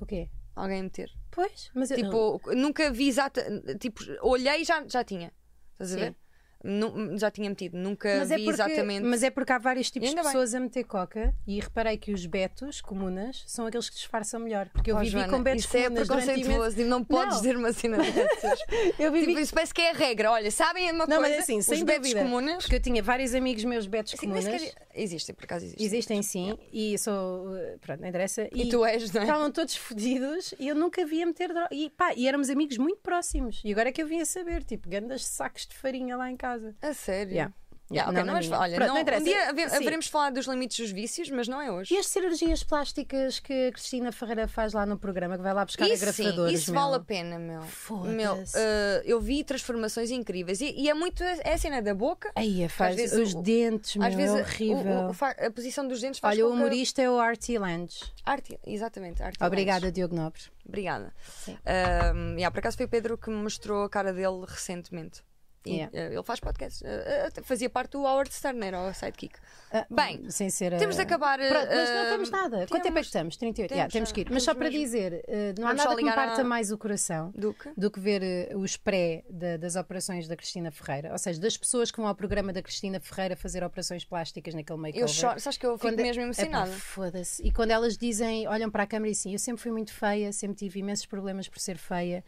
Speaker 2: O quê?
Speaker 1: alguém meter.
Speaker 2: Pois, mas eu.
Speaker 1: Tipo, nunca vi exata. Tipo, olhei e já, já tinha. Estás a
Speaker 2: Sim.
Speaker 1: ver? Nu- já tinha metido, nunca
Speaker 2: mas
Speaker 1: vi
Speaker 2: é, porque,
Speaker 1: exatamente.
Speaker 2: mas é porque há vários tipos
Speaker 1: E
Speaker 2: de
Speaker 1: ainda bem.
Speaker 2: pessoas a meter coca e reparei que os betos comunas são aqueles que disfarçam melhor. Porque eu
Speaker 1: Oh,
Speaker 2: vivi
Speaker 1: Joana,
Speaker 2: com betos
Speaker 1: isso é
Speaker 2: comunas durante imenso...
Speaker 1: preconceituoso, tipo, não podes
Speaker 2: Não.
Speaker 1: dizer uma cena dessas.
Speaker 2: Eu vivi
Speaker 1: tipo, isso parece que é a regra. Olha, sabem uma
Speaker 2: Não,
Speaker 1: coisa?
Speaker 2: mas assim,
Speaker 1: Os
Speaker 2: sem
Speaker 1: betos
Speaker 2: dúvida.
Speaker 1: comunas.
Speaker 2: Porque eu tinha vários amigos meus betos
Speaker 1: Assim, nem
Speaker 2: comunas.
Speaker 1: sequer- Existem, por acaso existem.
Speaker 2: Existem sim, e sou. eh, Pronto, não interessa.
Speaker 1: E, tu és, não é?
Speaker 2: Estavam todos fodidos e eu nunca via meter droga. E pá, e éramos amigos muito próximos. E agora é que eu vim a saber, tipo, grandes sacos de farinha lá em casa.
Speaker 1: A sério.
Speaker 2: Yeah.
Speaker 1: Yeah, ok, não
Speaker 2: Não, não
Speaker 1: vamos
Speaker 2: minha.
Speaker 1: falar- olha,
Speaker 2: Pronto,
Speaker 1: não-
Speaker 2: não
Speaker 1: um
Speaker 2: interessa.
Speaker 1: dia have-
Speaker 2: Sim.
Speaker 1: haveremos falar dos limites dos vícios, mas não é hoje.
Speaker 2: E as cirurgias plásticas que a Cristina Ferreira faz lá no programa, que vai lá buscar
Speaker 1: Isso, sim,
Speaker 2: agrafadores?
Speaker 1: isso
Speaker 2: meu?
Speaker 1: vale a pena, meu.
Speaker 2: Foda-se.
Speaker 1: Meu, eh, eu vi transformações incríveis. E, e é muito. É a cena da boca.
Speaker 2: Aí, é faz
Speaker 1: vezes
Speaker 2: os
Speaker 1: o-
Speaker 2: dentes, meu,
Speaker 1: Às vezes
Speaker 2: é
Speaker 1: o-
Speaker 2: horrível.
Speaker 1: o- o fa- a posição dos dentes faz
Speaker 2: Olha, o
Speaker 1: com que-
Speaker 2: humorista é o Artie Lange.
Speaker 1: Arte, exatamente, arte
Speaker 2: Obrigada, Diogo Nobre.
Speaker 1: Obrigada.
Speaker 2: Sim.
Speaker 1: Ahm, yeah, por acaso foi o Pedro que me mostrou a cara dele recentemente. E,
Speaker 2: Yeah.
Speaker 1: eh, ele faz podcast. Eh, eh, fazia parte do Howard Stern, era o sidekick. Ah, Bem,
Speaker 2: Ah, sem ser,
Speaker 1: temos de
Speaker 2: eh,
Speaker 1: acabar,
Speaker 2: Pronto, mas
Speaker 1: eh,
Speaker 2: não temos nada. Quanto tempo é
Speaker 1: temos.
Speaker 2: que estamos? 38.
Speaker 1: Temos,
Speaker 2: Yeah, temos
Speaker 1: já.
Speaker 2: que ir. Mas só
Speaker 1: Temos
Speaker 2: para
Speaker 1: mesmo.
Speaker 2: dizer, eh, não há
Speaker 1: Vamos só
Speaker 2: nada que me
Speaker 1: ligar à-
Speaker 2: parta mais o coração
Speaker 1: Duque.
Speaker 2: do que ver eh, os pré da- das operações da Cristina Ferreira. Ou seja, das pessoas que vão ao programa da Cristina Ferreira fazer operações plásticas naquele meio
Speaker 1: Eu choro, sabes que eu fico mesmo emocionada.
Speaker 2: É, Foda-se. E quando elas dizem, olham para a câmera e assim, eu sempre fui muito feia, sempre tive imensos problemas por ser feia.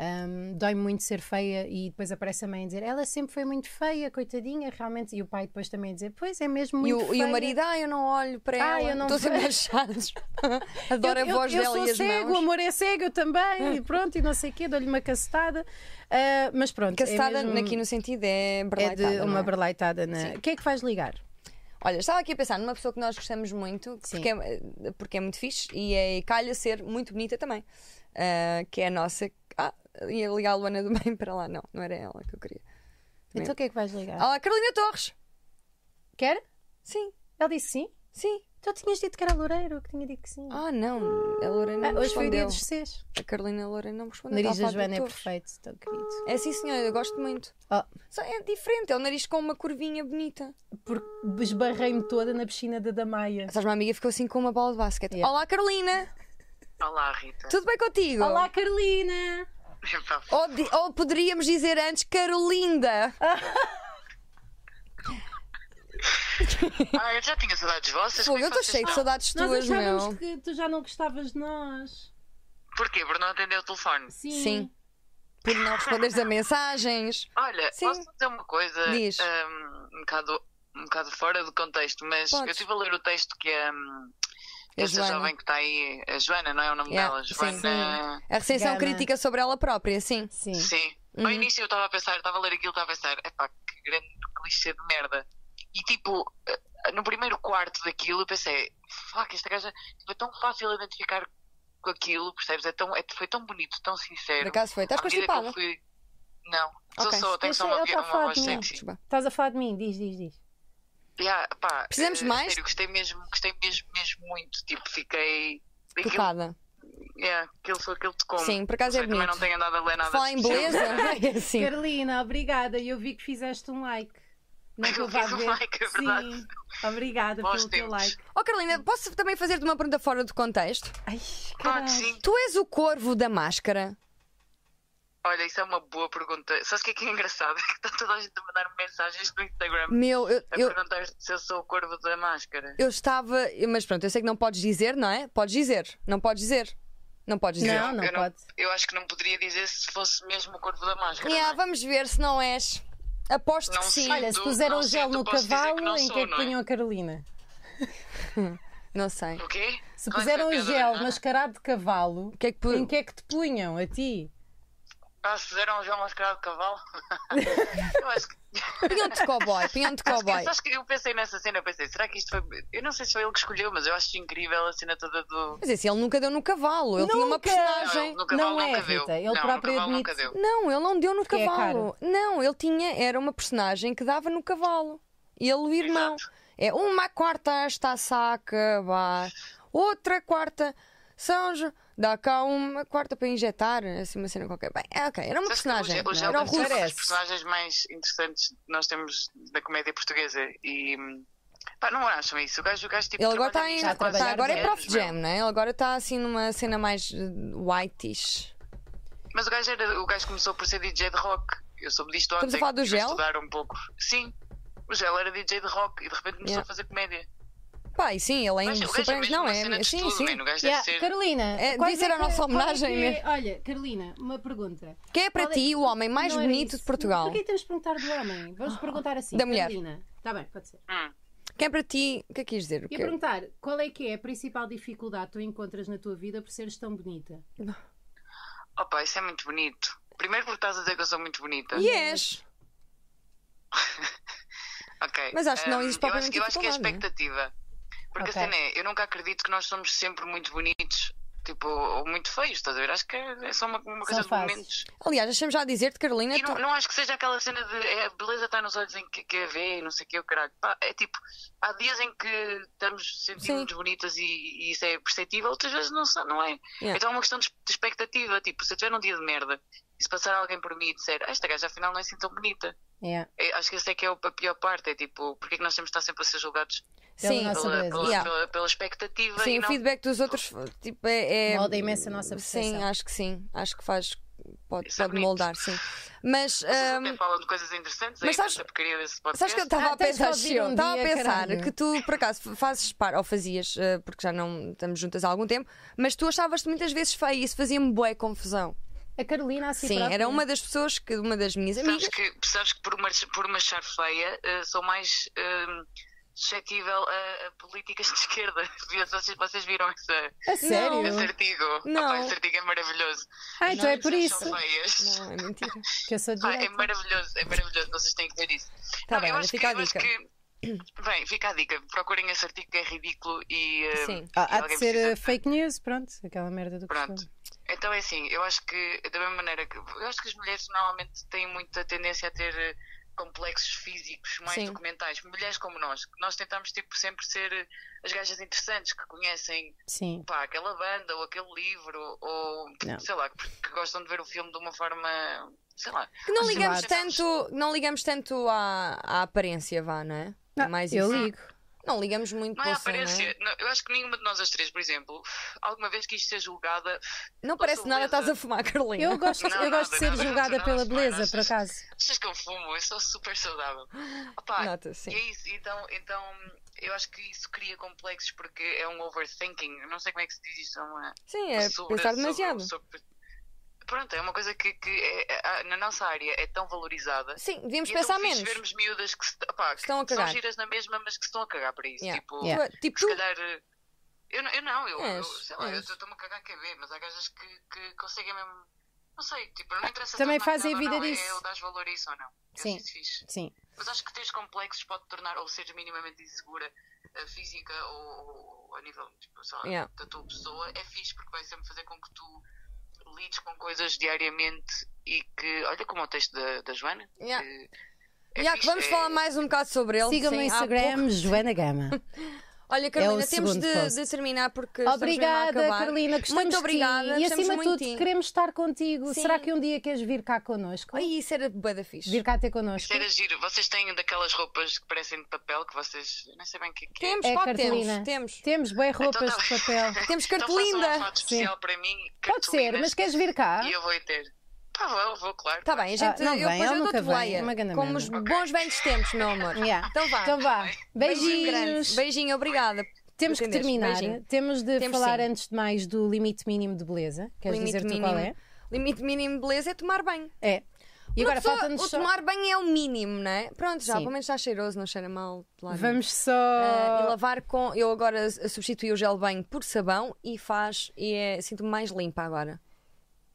Speaker 2: hum, Dói-me muito ser feia e depois aparece a mãe a dizer ela sempre foi muito feia, coitadinha, realmente. E o pai depois também a dizer, pois é mesmo
Speaker 1: E
Speaker 2: muito
Speaker 1: o,
Speaker 2: feia.
Speaker 1: e o marido, ah, eu não olho para
Speaker 2: Ah,
Speaker 1: ela,
Speaker 2: eu não
Speaker 1: estou sempre
Speaker 2: vejo."
Speaker 1: achados. Adoro
Speaker 2: eu,
Speaker 1: a voz
Speaker 2: eu,
Speaker 1: dela
Speaker 2: eu
Speaker 1: e
Speaker 2: sou
Speaker 1: as
Speaker 2: cego, o
Speaker 1: mãos.
Speaker 2: amor é cego, eu também, e pronto, e não sei o quê, dou-lhe uma cacetada. Ah, mas pronto,
Speaker 1: Castada,
Speaker 2: é mesmo-
Speaker 1: aqui no sentido, é
Speaker 2: é
Speaker 1: berlaitada.
Speaker 2: de
Speaker 1: não
Speaker 2: uma
Speaker 1: é?
Speaker 2: berlaitada na. O que é que vais ligar?
Speaker 1: Olha, estava aqui a pensar numa pessoa que nós gostamos muito,
Speaker 2: Sim.
Speaker 1: porque é, porque é muito fixe e é, e calha ser muito bonita também. Ah, que é a nossa. Ah, ia ligar a Luana do Bem para lá. Não, não era ela que eu queria. Também.
Speaker 2: Então o que é que vais ligar?
Speaker 1: Ah, Carolina Torres!
Speaker 2: Quer?
Speaker 1: Sim,
Speaker 2: Ele disse sim.
Speaker 1: sim.
Speaker 2: Então tinhas dito que era loureiro, que tinha dito que sim.
Speaker 1: Ah, não. A Lorena
Speaker 2: Ah,
Speaker 1: não
Speaker 2: hoje foi o dia
Speaker 1: respondeu.
Speaker 2: dos Cs.
Speaker 1: A Carolina Lorena não me
Speaker 2: O
Speaker 1: respondeu.
Speaker 2: nariz da
Speaker 1: Estava a falar
Speaker 2: Joana é
Speaker 1: de Torres.
Speaker 2: perfeito, tão querido.
Speaker 1: É sim, senhora, eu gosto muito.
Speaker 2: Oh,
Speaker 1: Só é diferente, é o nariz com uma curvinha bonita.
Speaker 2: porque esbarrei-me toda na piscina da Damaia.
Speaker 1: Sabes, uma amiga ficou assim com uma bola de basquete.
Speaker 2: Yeah.
Speaker 1: Olá, Carolina!
Speaker 3: Olá, Rita. Então,
Speaker 1: Tudo bem contigo?
Speaker 2: Olá, Ah, Carolina!
Speaker 3: Epá,
Speaker 1: Ou, di- ou poderíamos dizer antes Carolinda.
Speaker 3: Ah, eu já tinha saudades vossas.
Speaker 1: Fogo,
Speaker 3: como é
Speaker 1: eu
Speaker 3: que
Speaker 1: estou
Speaker 3: vocês
Speaker 1: cheio de
Speaker 3: estão?
Speaker 1: saudades
Speaker 2: Nós
Speaker 1: tuas,
Speaker 2: achávamos
Speaker 1: meu.
Speaker 2: que tu já não gostavas de nós.
Speaker 3: Porquê? Por não atender o telefone.
Speaker 2: Sim.
Speaker 1: Sim. Por não responderes a mensagens.
Speaker 3: Olha,
Speaker 1: Sim.
Speaker 3: posso dizer uma coisa
Speaker 1: Diz.
Speaker 3: Um, um, bocado, um bocado fora do contexto, mas
Speaker 1: Podes.
Speaker 3: eu estive a ler o texto que um,
Speaker 1: A
Speaker 3: essa
Speaker 1: Joana.
Speaker 3: jovem que está aí, a Joana, não é o nome
Speaker 1: Yeah,
Speaker 3: dela?
Speaker 1: sim.
Speaker 3: Joana.
Speaker 1: A recensão
Speaker 2: Gama.
Speaker 1: crítica sobre ela própria, sim.
Speaker 2: Sim.
Speaker 3: Sim.
Speaker 1: Uhum.
Speaker 3: Ao início eu estava a pensar, estava a ler aquilo, estava a pensar, epá, que grande clichê de merda. E tipo, eh, no primeiro quarto daquilo eu pensei, fuck, esta gaja tipo, é tão fácil identificar com aquilo, percebes? É tão, é- foi tão bonito, tão sincero.
Speaker 1: Por acaso foi. Estás
Speaker 3: À medida que eu
Speaker 1: constipada?
Speaker 3: fui- Não, sou
Speaker 1: Ok. é-
Speaker 3: só, tenho só
Speaker 2: Ela
Speaker 3: uma,
Speaker 2: está a
Speaker 1: tá
Speaker 3: uma
Speaker 2: falar
Speaker 3: voz
Speaker 2: de mim.
Speaker 3: sexy.
Speaker 1: Desculpa.
Speaker 2: Estás a falar de mim? Diz, diz, diz.
Speaker 3: Yeah, pá,
Speaker 1: Precisamos de
Speaker 3: eh,
Speaker 1: mais?
Speaker 3: Sério, gostei mesmo, gostei mesmo, mesmo muito. Tipo, fiquei. Aquilo,
Speaker 1: Tocada.
Speaker 3: yeah, aquilo foi aquilo de como.
Speaker 1: Sim, por acaso
Speaker 3: Não
Speaker 1: é
Speaker 3: sei, Também
Speaker 1: bonito.
Speaker 3: não tenho andado a ler nada.
Speaker 1: Falar em beleza?
Speaker 3: especial.
Speaker 1: É assim.
Speaker 2: Carolina, obrigada. Eu vi que fizeste um like. Não que
Speaker 3: Eu
Speaker 2: vá
Speaker 3: fiz um
Speaker 2: ver.
Speaker 3: like, é verdade.
Speaker 2: Sim. Obrigada
Speaker 3: Bons
Speaker 2: pelo teu
Speaker 3: tempos.
Speaker 2: like.
Speaker 1: Oh, Carolina, posso também fazer-te uma pergunta fora do contexto?
Speaker 2: Ai,
Speaker 3: Claro
Speaker 2: caralho.
Speaker 3: que sim.
Speaker 1: Tu és o corvo da máscara?
Speaker 3: Olha, isso é uma boa pergunta. Sabes o que é que é engraçado? É que está toda a gente a mandar mensagens no Instagram
Speaker 1: Meu, eu,
Speaker 3: a
Speaker 1: eu,
Speaker 3: perguntar se eu sou o corvo da máscara.
Speaker 1: eu estava. Mas pronto, eu sei que não podes dizer, não é? Podes dizer. Não podes dizer. Não podes dizer.
Speaker 2: Não, não
Speaker 3: eu,
Speaker 2: pode.
Speaker 3: eu acho que não poderia dizer se fosse mesmo o corvo da máscara.
Speaker 1: Yeah,
Speaker 3: não é?
Speaker 1: vamos ver se não és. Aposto
Speaker 3: Não
Speaker 1: que sim.
Speaker 3: sei.
Speaker 2: Olha, se
Speaker 3: do-
Speaker 2: puseram
Speaker 3: não sei,
Speaker 2: um gel
Speaker 3: tu
Speaker 2: no
Speaker 3: posso dizer que
Speaker 2: cavalo,
Speaker 3: não
Speaker 2: em
Speaker 3: sou,
Speaker 2: que é que
Speaker 3: não é?
Speaker 2: punham a Carolina?
Speaker 1: Não sei.
Speaker 3: O quê?
Speaker 2: Se
Speaker 3: Vai
Speaker 2: puseram
Speaker 3: saber,
Speaker 2: gel
Speaker 3: Ana.
Speaker 2: mascarado de cavalo,
Speaker 1: O que é que.
Speaker 2: em que é que te punham a ti?
Speaker 3: Ah, se fizeram gel mascarado de cavalo. eu acho que.
Speaker 1: Pinhão de cowboy, pinhão de
Speaker 2: Oh,
Speaker 3: Acho que,
Speaker 1: cowboy.
Speaker 3: sabes que eu pensei nessa cena, eu pensei, será que isto foi. Eu não sei se foi ele que escolheu, mas eu acho incrível a cena toda do.
Speaker 1: Mas assim, ele nunca deu no cavalo. Ele tinha uma
Speaker 2: Nunca!
Speaker 3: Não,
Speaker 1: personagem.
Speaker 3: ele no cavalo
Speaker 2: não é,
Speaker 3: nunca deu.
Speaker 2: Rita, ele
Speaker 3: não, no
Speaker 2: próprio
Speaker 3: cavalo nunca
Speaker 2: admite.
Speaker 3: deu.
Speaker 1: Não, ele não deu no
Speaker 2: é
Speaker 1: cavalo. não, ele tinha, era uma personagem que dava no cavalo. Ele, o irmão.
Speaker 3: Exato.
Speaker 1: É uma quarta está a acabar, outra quarta são Jo- dá cá uma quarta para injetar, assim uma cena qualquer. Bem, é, ok, era uma
Speaker 3: Sabes que
Speaker 1: personagem.
Speaker 3: o Gel- O
Speaker 1: não
Speaker 3: Gel
Speaker 1: era o
Speaker 3: deve ser
Speaker 1: russo.
Speaker 3: uma das personagens mais interessantes que nós temos da comédia portuguesa e. Pá, não acham isso? O gajo, o gajo tipo.
Speaker 1: Ele agora está
Speaker 3: trabalha
Speaker 1: em.
Speaker 3: nisto há
Speaker 2: trabalhar
Speaker 1: tá,
Speaker 3: quase
Speaker 1: agora é
Speaker 3: 20 anos,
Speaker 1: Prof
Speaker 3: meu.
Speaker 1: Jam, não é? Ele agora está assim numa cena mais eh, whitish.
Speaker 3: Mas o gajo, era, o gajo começou por ser DJ de rock. Eu soube disto ontem.
Speaker 1: Estamos a falar do
Speaker 3: estive
Speaker 1: Gel?
Speaker 3: estudar um pouco. Sim. O Gel era DJ de rock e de repente começou
Speaker 1: Yeah.
Speaker 3: a fazer comédia.
Speaker 1: Pá, e sim, ele é
Speaker 3: Mas o gajo é
Speaker 1: super.
Speaker 3: mesmo
Speaker 1: Não,
Speaker 3: uma
Speaker 1: é.
Speaker 3: cena de
Speaker 1: Sim,
Speaker 3: estudo,
Speaker 1: sim.
Speaker 3: man. O gajo
Speaker 2: Yeah,
Speaker 3: deve ser...
Speaker 2: Carolina,
Speaker 1: É,
Speaker 2: qual
Speaker 1: devia ser
Speaker 2: que
Speaker 1: a nossa
Speaker 2: qual é
Speaker 1: homenagem,
Speaker 2: que é-
Speaker 1: né?
Speaker 2: Olha, Carolina, uma pergunta.
Speaker 1: Quem é para
Speaker 2: Qual é-
Speaker 1: ti o homem mais
Speaker 2: Não era
Speaker 1: bonito
Speaker 2: isso.
Speaker 1: de Portugal? Ah,
Speaker 2: Porquê temos de perguntar do homem? Vamos perguntar assim.
Speaker 1: Da mulher.
Speaker 2: Carolina. Está bem, pode ser.
Speaker 3: Hum.
Speaker 1: Quem é para ti. O que é que quis dizer? O
Speaker 2: E
Speaker 1: quê?
Speaker 2: perguntar, qual é que é a principal dificuldade que tu encontras na tua vida por seres tão bonita?
Speaker 3: Opa, isso é muito bonito. Primeiro porque estás a dizer que eu sou muito bonita.
Speaker 1: Yes!
Speaker 3: Ok.
Speaker 1: Mas acho que não existe
Speaker 3: eu acho,
Speaker 1: propriamente
Speaker 3: que- eu acho que é a
Speaker 1: dificuldade,
Speaker 3: expectativa. Porque
Speaker 2: Ok.
Speaker 3: a cena é, eu nunca acredito que nós somos sempre muito bonitos, tipo, ou muito feios, estás a ver? Acho que é só uma, uma coisa de
Speaker 2: fases.
Speaker 3: momentos.
Speaker 1: Aliás, deixa-me já dizer-te, Carolina.
Speaker 3: E não,
Speaker 1: tu-
Speaker 3: não acho que seja aquela cena de é, a beleza está nos olhos em que, que a vê e não sei o que, o caralho. Pá, é tipo, há dias em que estamos sentimos bonitas e, e isso é perceptível, outras vezes não, se- não é.
Speaker 1: Yeah.
Speaker 3: Então é uma questão de de expectativa. Tipo, se eu tiver um dia de merda e se passar alguém por mim e disser, "Ah, esta gaja afinal não é assim tão bonita.
Speaker 2: É,
Speaker 3: É, acho que essa é que é o- a pior parte. É tipo, porque é que nós temos de estar sempre a ser julgados
Speaker 1: Sim,
Speaker 2: Pela nossa
Speaker 3: pela,
Speaker 2: beleza.
Speaker 3: pela,
Speaker 1: Yeah.
Speaker 3: pela- pela expectativa
Speaker 1: Sim,
Speaker 3: e
Speaker 1: o
Speaker 3: não.
Speaker 1: feedback dos outros tipo, é, é...
Speaker 2: Molda imenso a nossa
Speaker 1: Sim,
Speaker 2: percepção.
Speaker 1: acho que sim. Acho que faz. Pode,
Speaker 3: Isso é
Speaker 1: pode
Speaker 3: bonito. é
Speaker 1: moldar, sim. Mas.
Speaker 3: Vocês
Speaker 1: hum,
Speaker 3: até falam de coisas interessantes
Speaker 1: mas
Speaker 3: aí
Speaker 1: sabes-
Speaker 3: nessa porcaria desse podcast.
Speaker 1: Sabes que eu estava
Speaker 2: Ah,
Speaker 1: a
Speaker 2: tens de
Speaker 1: pensar,
Speaker 2: ouvir
Speaker 1: Chiu,
Speaker 2: um
Speaker 1: estava a
Speaker 2: dia,
Speaker 1: pensar
Speaker 2: caralho.
Speaker 1: que tu, por acaso, fazes par, ou fazias, eh, porque já não estamos juntas há algum tempo, mas tu achavas-te muitas vezes feia e isso fazia-me bué confusão.
Speaker 2: A Carolina, assim,
Speaker 1: Sim, era uma das pessoas, que uma das minhas
Speaker 3: Sabes
Speaker 1: amigas.
Speaker 3: que, sabes que por, uma, por uma achar feia, eh, sou mais eh, suscetível a, a políticas de esquerda. Vocês, vocês viram esse,
Speaker 2: A sério?
Speaker 3: esse artigo?
Speaker 1: Não.
Speaker 3: Opa, esse artigo é maravilhoso.
Speaker 2: Ah, então
Speaker 3: Não,
Speaker 2: é por
Speaker 3: vocês
Speaker 2: isso
Speaker 3: São feias.
Speaker 1: Não, é mentira.
Speaker 2: que eu sou de
Speaker 3: Pá, é
Speaker 2: direita.
Speaker 3: maravilhoso, é maravilhoso, vocês têm que ver isso.
Speaker 1: Tá
Speaker 3: Não,
Speaker 1: bem,
Speaker 3: eu
Speaker 1: olha,
Speaker 3: acho
Speaker 1: fica
Speaker 3: que,
Speaker 1: a
Speaker 3: eu acho
Speaker 1: dica.
Speaker 3: que- Bem, fica a dica. Procurem esse artigo que é ridículo e. eh,
Speaker 1: Sim.
Speaker 2: Ah,
Speaker 3: e
Speaker 2: Há de
Speaker 3: alguém
Speaker 2: ser
Speaker 3: precisa
Speaker 2: eh, fake news, pronto, aquela merda do
Speaker 3: Pronto.
Speaker 2: costume.
Speaker 3: Então é assim, eu acho que da mesma maneira que eu acho que as mulheres normalmente têm muita tendência a ter eh, complexos físicos mais
Speaker 1: Sim.
Speaker 3: documentais, mulheres como nós, que nós tentamos tipo sempre ser eh, as gajas interessantes que conhecem
Speaker 2: Sim.
Speaker 3: pá, aquela banda ou aquele livro ou
Speaker 2: Não.
Speaker 3: sei lá, que, que gostam de ver o filme de uma forma, sei lá.
Speaker 1: Que não
Speaker 3: Acho
Speaker 1: ligamos
Speaker 3: que-
Speaker 1: tanto, não ligamos tanto à, à aparência, vá, não é? É
Speaker 2: Não,
Speaker 1: mais
Speaker 2: eu
Speaker 1: isso.
Speaker 2: ligo.
Speaker 1: Não ligamos muito
Speaker 3: Não é a
Speaker 1: para o som, não é?
Speaker 3: aparência. Não, eu acho que nenhuma de nós as três, por exemplo, alguma vez quis ser julgada.
Speaker 1: Não parece
Speaker 3: sou
Speaker 1: nada,
Speaker 3: beleza.
Speaker 1: estás a fumar, Carolina.
Speaker 2: Eu gosto,
Speaker 3: Não,
Speaker 2: eu gosto de
Speaker 3: nada,
Speaker 2: ser
Speaker 3: nada,
Speaker 2: julgada
Speaker 3: nada,
Speaker 2: pela
Speaker 3: nada,
Speaker 2: beleza,
Speaker 3: nada.
Speaker 2: por acaso.
Speaker 3: Vocês que eu fumo, eu sou super saudável. Opa,
Speaker 1: Nota, sim.
Speaker 3: E é isso, então, então eu acho que isso cria complexos porque é um overthinking. Eu Não sei como é que se diz isso. É uma,
Speaker 1: Sim, é
Speaker 3: sobre-
Speaker 1: pensar
Speaker 3: sobre-
Speaker 1: demasiado.
Speaker 3: sobre- Pronto, é uma coisa que, que é- é- na nossa área é tão valorizada.
Speaker 1: Sim, devíamos
Speaker 3: e é
Speaker 1: pensar
Speaker 3: tão fixe
Speaker 1: menos.
Speaker 3: vermos miúdas que, se- opá, que
Speaker 1: Estão a
Speaker 3: são
Speaker 1: cagar.
Speaker 3: giras na mesma, mas que estão a cagar para isso.
Speaker 1: Yeah.
Speaker 3: Tipo,
Speaker 2: Yeah.
Speaker 1: Tu- Tipo,
Speaker 3: se
Speaker 1: tu,
Speaker 3: calhar. eh, Eu, não- eu não, eu, eu-
Speaker 1: És,
Speaker 3: sei lá, eu
Speaker 1: és.
Speaker 3: estou-me a cagar que ver, mas há gajas que, que conseguem mesmo. Não sei, tipo, não interessa
Speaker 2: também
Speaker 3: estar
Speaker 2: fazem
Speaker 3: maquilhada ou
Speaker 2: vida
Speaker 3: não,
Speaker 2: disso.
Speaker 3: É, eu das valor a isso ou não. Eu
Speaker 2: Sim.
Speaker 3: acho isso fixe.
Speaker 2: Sim.
Speaker 3: Mas acho que teres complexos pode tornar ou seres minimamente insegura eh, física ou, ou a nível tipo, só
Speaker 1: Yeah.
Speaker 3: da tua pessoa é fixe porque vai sempre fazer com que tu lides com coisas diariamente e que olha como é o texto da, da Joana
Speaker 1: Yeah.
Speaker 3: que é
Speaker 1: já que
Speaker 3: fixe,
Speaker 1: vamos
Speaker 3: é-
Speaker 1: falar mais um bocado sobre ele.
Speaker 2: Siga-me
Speaker 1: sim,
Speaker 2: no
Speaker 1: há pouco.
Speaker 2: Instagram, Joana Gama.
Speaker 1: Olha, Carolina, temos
Speaker 2: segundo
Speaker 1: de,
Speaker 2: post.
Speaker 1: de terminar porque estamos
Speaker 2: Obrigada,
Speaker 1: mesmo a acabar.
Speaker 2: Carolina. Gostamos
Speaker 1: Muito
Speaker 2: de ti.
Speaker 1: obrigada,
Speaker 2: E
Speaker 1: gostamos
Speaker 2: acima de
Speaker 1: muito
Speaker 2: tudo,
Speaker 1: de ti.
Speaker 2: queremos estar contigo.
Speaker 1: Sim.
Speaker 2: Será que um dia queres vir cá connosco?
Speaker 1: Ai, isso era bué da fixe.
Speaker 2: Vir cá ter connosco?
Speaker 3: Isso era giro. Vocês têm daquelas roupas que parecem de papel que vocês eu não sei bem o que é que é.
Speaker 1: Temos,
Speaker 2: É,
Speaker 1: pá,
Speaker 2: Carolina.
Speaker 1: temos, temos. então
Speaker 2: Temos bem roupas de
Speaker 3: tá bem.
Speaker 2: papel.
Speaker 1: Temos
Speaker 3: Então façam
Speaker 1: cartolina.
Speaker 3: uma foto especial para mim
Speaker 2: Pode ser,
Speaker 3: cartolinas,
Speaker 2: mas queres vir cá?
Speaker 3: e eu vou ir ter Tá bom, eu vou, claro.
Speaker 1: Tá bem, a gente,
Speaker 2: Ah, não
Speaker 1: eu
Speaker 2: vem,
Speaker 1: depois
Speaker 2: ele
Speaker 1: eu dou-te
Speaker 2: nunca vem, é
Speaker 1: boleia.
Speaker 2: uma ganda
Speaker 1: Como
Speaker 2: merda.
Speaker 1: os bons velhos tempos, meu amor.
Speaker 2: Yeah.
Speaker 1: Então vá.
Speaker 2: Então vá.
Speaker 1: Beijinho
Speaker 2: Beijinhos.
Speaker 1: grande. Beijinho, obrigada.
Speaker 2: Temos que
Speaker 1: Entendeste?
Speaker 2: terminar.
Speaker 1: Beijinho.
Speaker 2: Temos de
Speaker 1: Temos
Speaker 2: falar
Speaker 1: sim.
Speaker 2: antes de mais do limite mínimo de beleza. Queres dizer tu qual é?
Speaker 1: Limite mínimo de beleza é tomar banho.
Speaker 2: É. E
Speaker 1: Uma
Speaker 2: agora
Speaker 1: pessoa-
Speaker 2: falta-nos
Speaker 1: O
Speaker 2: só.
Speaker 1: tomar banho é o mínimo, não é? Pronto, já,
Speaker 2: Sim.
Speaker 1: pelo menos está cheiroso, não cheira mal. de lado nenhum.
Speaker 2: Vamos só.
Speaker 1: Ah, e lavar com. Eu agora s- substituí o gel de banho por sabão e faz. E é, sinto-me mais limpa agora.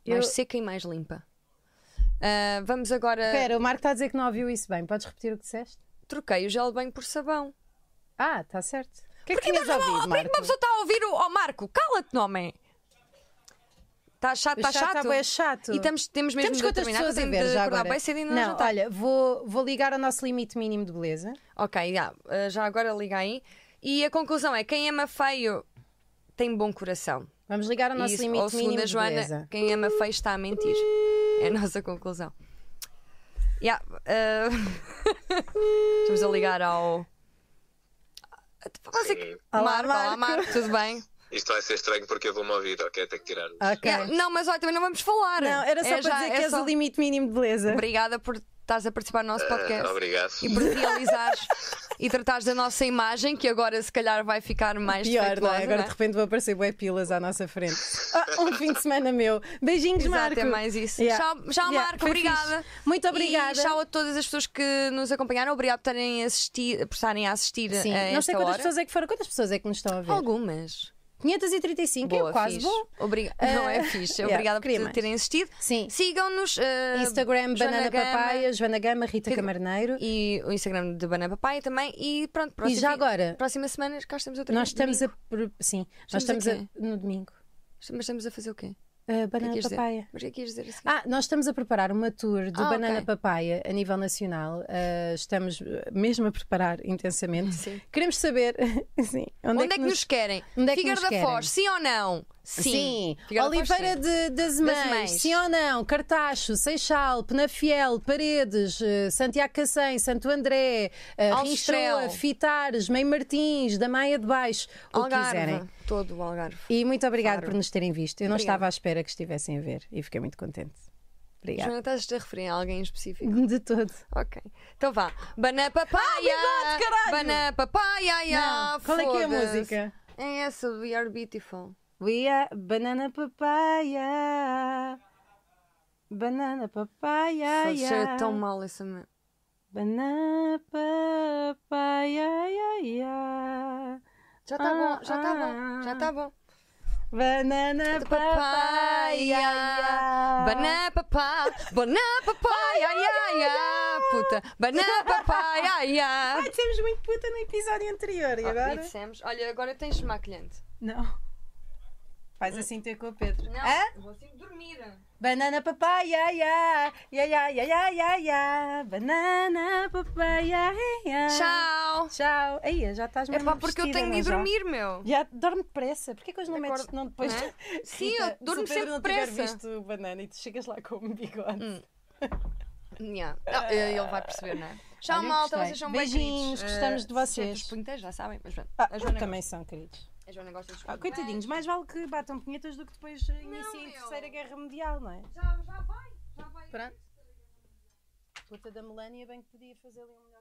Speaker 1: Mais
Speaker 2: Eu-
Speaker 1: seca e mais limpa. Ah, vamos agora.
Speaker 2: Espera, o Marco está a dizer que não ouviu isso bem. Podes repetir o que disseste?
Speaker 1: Troquei o gel de banho por sabão.
Speaker 2: Ah, está certo. O que é que
Speaker 1: Porque
Speaker 2: tinhas
Speaker 1: estás- oh,
Speaker 2: ouvido,
Speaker 1: Como é que
Speaker 2: Marco?
Speaker 1: uma pessoa está a ouvir o. Oh, Marco, cala-te, homem! Está chato, está
Speaker 2: chato,
Speaker 1: chato.
Speaker 2: tá bué chato.
Speaker 1: E estamos, temos mesmo
Speaker 2: Temos
Speaker 1: de
Speaker 2: quantas
Speaker 1: terminar,
Speaker 2: pessoas
Speaker 1: que
Speaker 2: a
Speaker 1: eu tenho
Speaker 2: ver
Speaker 1: de
Speaker 2: já
Speaker 1: acordar
Speaker 2: agora?
Speaker 1: bem cedo e não,
Speaker 2: não
Speaker 1: jantar.
Speaker 2: olha, vou, vou ligar ao nosso limite mínimo de beleza.
Speaker 1: Ok, já, ah, já agora liga aí. E a conclusão é: quem ama feio tem bom coração.
Speaker 2: Vamos ligar ao É nosso
Speaker 1: Isso, ou
Speaker 2: limite
Speaker 1: segundo
Speaker 2: mínimo
Speaker 1: a
Speaker 2: de beleza.
Speaker 1: Joana, quem ama feio está a mentir. É a nossa conclusão. Ya, eh, Estamos a ligar ao.
Speaker 4: Sim.
Speaker 2: Olá,
Speaker 1: Marco, olá,
Speaker 2: Marco.
Speaker 1: Marco, tudo bem?
Speaker 4: Isto vai ser estranho porque eu vou-me ouvir, ok? Tenho que tirar.
Speaker 2: Ok.
Speaker 1: Ya, É, não, mas olha, também não vamos falar.
Speaker 2: É, Não, era só
Speaker 1: É
Speaker 2: para
Speaker 1: já-
Speaker 2: dizer
Speaker 1: é
Speaker 2: que és
Speaker 1: só-
Speaker 2: o limite mínimo de beleza.
Speaker 1: Obrigada por estares a participar do nosso podcast.
Speaker 4: Ah, obrigado.
Speaker 1: E por realizares e tratares da nossa imagem, que agora se calhar vai ficar mais
Speaker 2: Pior, não
Speaker 1: defeituosa,
Speaker 2: é?
Speaker 1: não
Speaker 2: Agora
Speaker 1: é?
Speaker 2: de repente vão aparecer bué pilas à nossa frente. Ah, um fim de semana meu. Beijinhos,
Speaker 1: Exato,
Speaker 2: Marco.
Speaker 1: é mais isso. Tchau, tchau, Marco,
Speaker 2: foi
Speaker 1: obrigada.
Speaker 2: fixe. Muito obrigada.
Speaker 1: E tchau a todas as pessoas que nos acompanharam. Obrigado por terem assisti- por estarem a assistir
Speaker 2: Sim,
Speaker 1: a
Speaker 2: não sei
Speaker 1: esta
Speaker 2: quantas
Speaker 1: hora.
Speaker 2: pessoas é que foram, quantas pessoas é que nos estão a ver?
Speaker 1: Algumas.
Speaker 2: 535,
Speaker 1: Boa,
Speaker 2: é quase
Speaker 1: fixe.
Speaker 2: bom.
Speaker 1: Obriga-
Speaker 2: Eh,
Speaker 1: Não é fixe.
Speaker 2: yeah,
Speaker 1: Obrigada
Speaker 2: queria
Speaker 1: por
Speaker 2: mais.
Speaker 1: terem assistido.
Speaker 2: Sim.
Speaker 1: Sigam-nos. eh,
Speaker 2: Instagram,
Speaker 1: Joana
Speaker 2: Banana
Speaker 1: Gama
Speaker 2: Papaya, Joana Gama, Rita Camarneiro.
Speaker 1: E o Instagram de Banana Papai também. E pronto, próximo,
Speaker 2: E já agora?
Speaker 1: próxima semana cá estamos outra vez.
Speaker 2: Nós estamos a. pro- Sim, nós
Speaker 1: Estamos
Speaker 2: estamos
Speaker 1: a
Speaker 2: a- no domingo.
Speaker 1: Mas estamos a fazer o quê?
Speaker 2: Uh,
Speaker 1: O que é que
Speaker 2: banana
Speaker 1: ias dizer?
Speaker 2: Papaya.
Speaker 1: Mas o que é que ias dizer assim?
Speaker 2: Ah, nós estamos a preparar uma tour do
Speaker 1: Ah,
Speaker 2: Banana
Speaker 1: ok.
Speaker 2: Papaya a nível nacional. Uh, estamos uh, mesmo a preparar intensamente.
Speaker 1: Sim.
Speaker 2: Queremos saber sim, onde,
Speaker 1: Onde é que nos querem?
Speaker 2: onde é que
Speaker 1: Figueira
Speaker 2: nos
Speaker 1: da
Speaker 2: querem?
Speaker 1: Foz, sim é ou não?
Speaker 2: Sim,
Speaker 1: Figueira da Foz,
Speaker 2: Oliveira
Speaker 1: sim.
Speaker 2: de- das,
Speaker 1: Das
Speaker 2: Mães,
Speaker 1: Mães.
Speaker 2: sim ou não? Cartacho, Seixal, Penafiel, Paredes, eh, Santiago Cacém, Santo André, eh,
Speaker 1: Alstrel.
Speaker 2: Rinchoa, Fitares, Mãe Martins, da Maia de Baixo, o que quiserem.
Speaker 1: Algarve. Todo o Algarve.
Speaker 2: E muito obrigada
Speaker 1: Claro.
Speaker 2: por nos terem visto. Eu não
Speaker 1: Obrigada.
Speaker 2: estava à espera que estivessem a ver e fiquei muito contente. Obrigada.
Speaker 1: Joana, estás-te a referir a alguém em específico?
Speaker 2: De todo.
Speaker 1: Ok. Então vá. Banana papaya.
Speaker 2: Ah, bigode, caralho!
Speaker 1: Banana papaya.
Speaker 2: Não, qual é que é a
Speaker 1: ah, foda-se.
Speaker 2: música?
Speaker 1: É essa, We Are Beautiful.
Speaker 2: We are banana papaya. Banana papaya.
Speaker 1: Foda-se, Cheira tão mal essa. me-
Speaker 2: Banana papaya. ya, ya.
Speaker 1: Já está
Speaker 2: Ah,
Speaker 1: bom, já está
Speaker 2: ah,
Speaker 1: bom, já está bom.
Speaker 2: Banana papaya. ya.
Speaker 1: Papaya. Banana papá. Banana papaya. ya, ya, Puta. Banana papaya. ya.
Speaker 2: Ai, dissemos muito puta no episódio anterior e
Speaker 1: Ah,
Speaker 2: agora?
Speaker 1: e dissemos, olha, agora tens de maquilhante.
Speaker 2: Não. Faz assim ter com o Pedro.
Speaker 1: é- Não,
Speaker 2: Hã?
Speaker 1: vou assim dormir.
Speaker 2: Banana papaya, ya, ya, ya, ya, ya, ya, ya. Banana papaya, ya.
Speaker 1: Tchau.
Speaker 2: Tchau. Aí, já estás
Speaker 1: É
Speaker 2: mesmo
Speaker 1: pá, porque eu
Speaker 2: vestida,
Speaker 1: tenho de
Speaker 2: não
Speaker 1: ir
Speaker 2: já?
Speaker 1: dormir, meu.
Speaker 2: Já dorme depressa. Porquê que hoje não metes
Speaker 1: Acordo-
Speaker 2: este nome depois?
Speaker 1: não é? Sim, eu
Speaker 2: Rita,
Speaker 1: durmo
Speaker 2: se o Pedro
Speaker 1: sempre
Speaker 2: não tiver
Speaker 1: depressa. Hum,
Speaker 2: visto o banana e tu chegas lá com um bigode.
Speaker 1: Yeah. Não, eh, ele vai perceber, não é? Tchau,
Speaker 2: Olha,
Speaker 1: malta,
Speaker 2: gostei.
Speaker 1: vocês são
Speaker 2: Beijinhos,
Speaker 1: bem queridos.
Speaker 2: gostamos
Speaker 1: Eh,
Speaker 2: de vocês.
Speaker 1: sempre Os punhetas, já sabem, mas pronto.
Speaker 2: Ah,
Speaker 1: a, Joana
Speaker 2: também são, queridos.
Speaker 1: gosta, a Joana gosta dos
Speaker 2: Ah,
Speaker 1: punhetas.
Speaker 2: coitadinhos, mais vale que batam punhetas do que depois eh, iniciem a
Speaker 1: meu.
Speaker 2: Terceira Guerra Mundial, não é?
Speaker 1: Já, já vai, já vai.
Speaker 2: Pronto. Puta da Melania bem que podia fazer ali um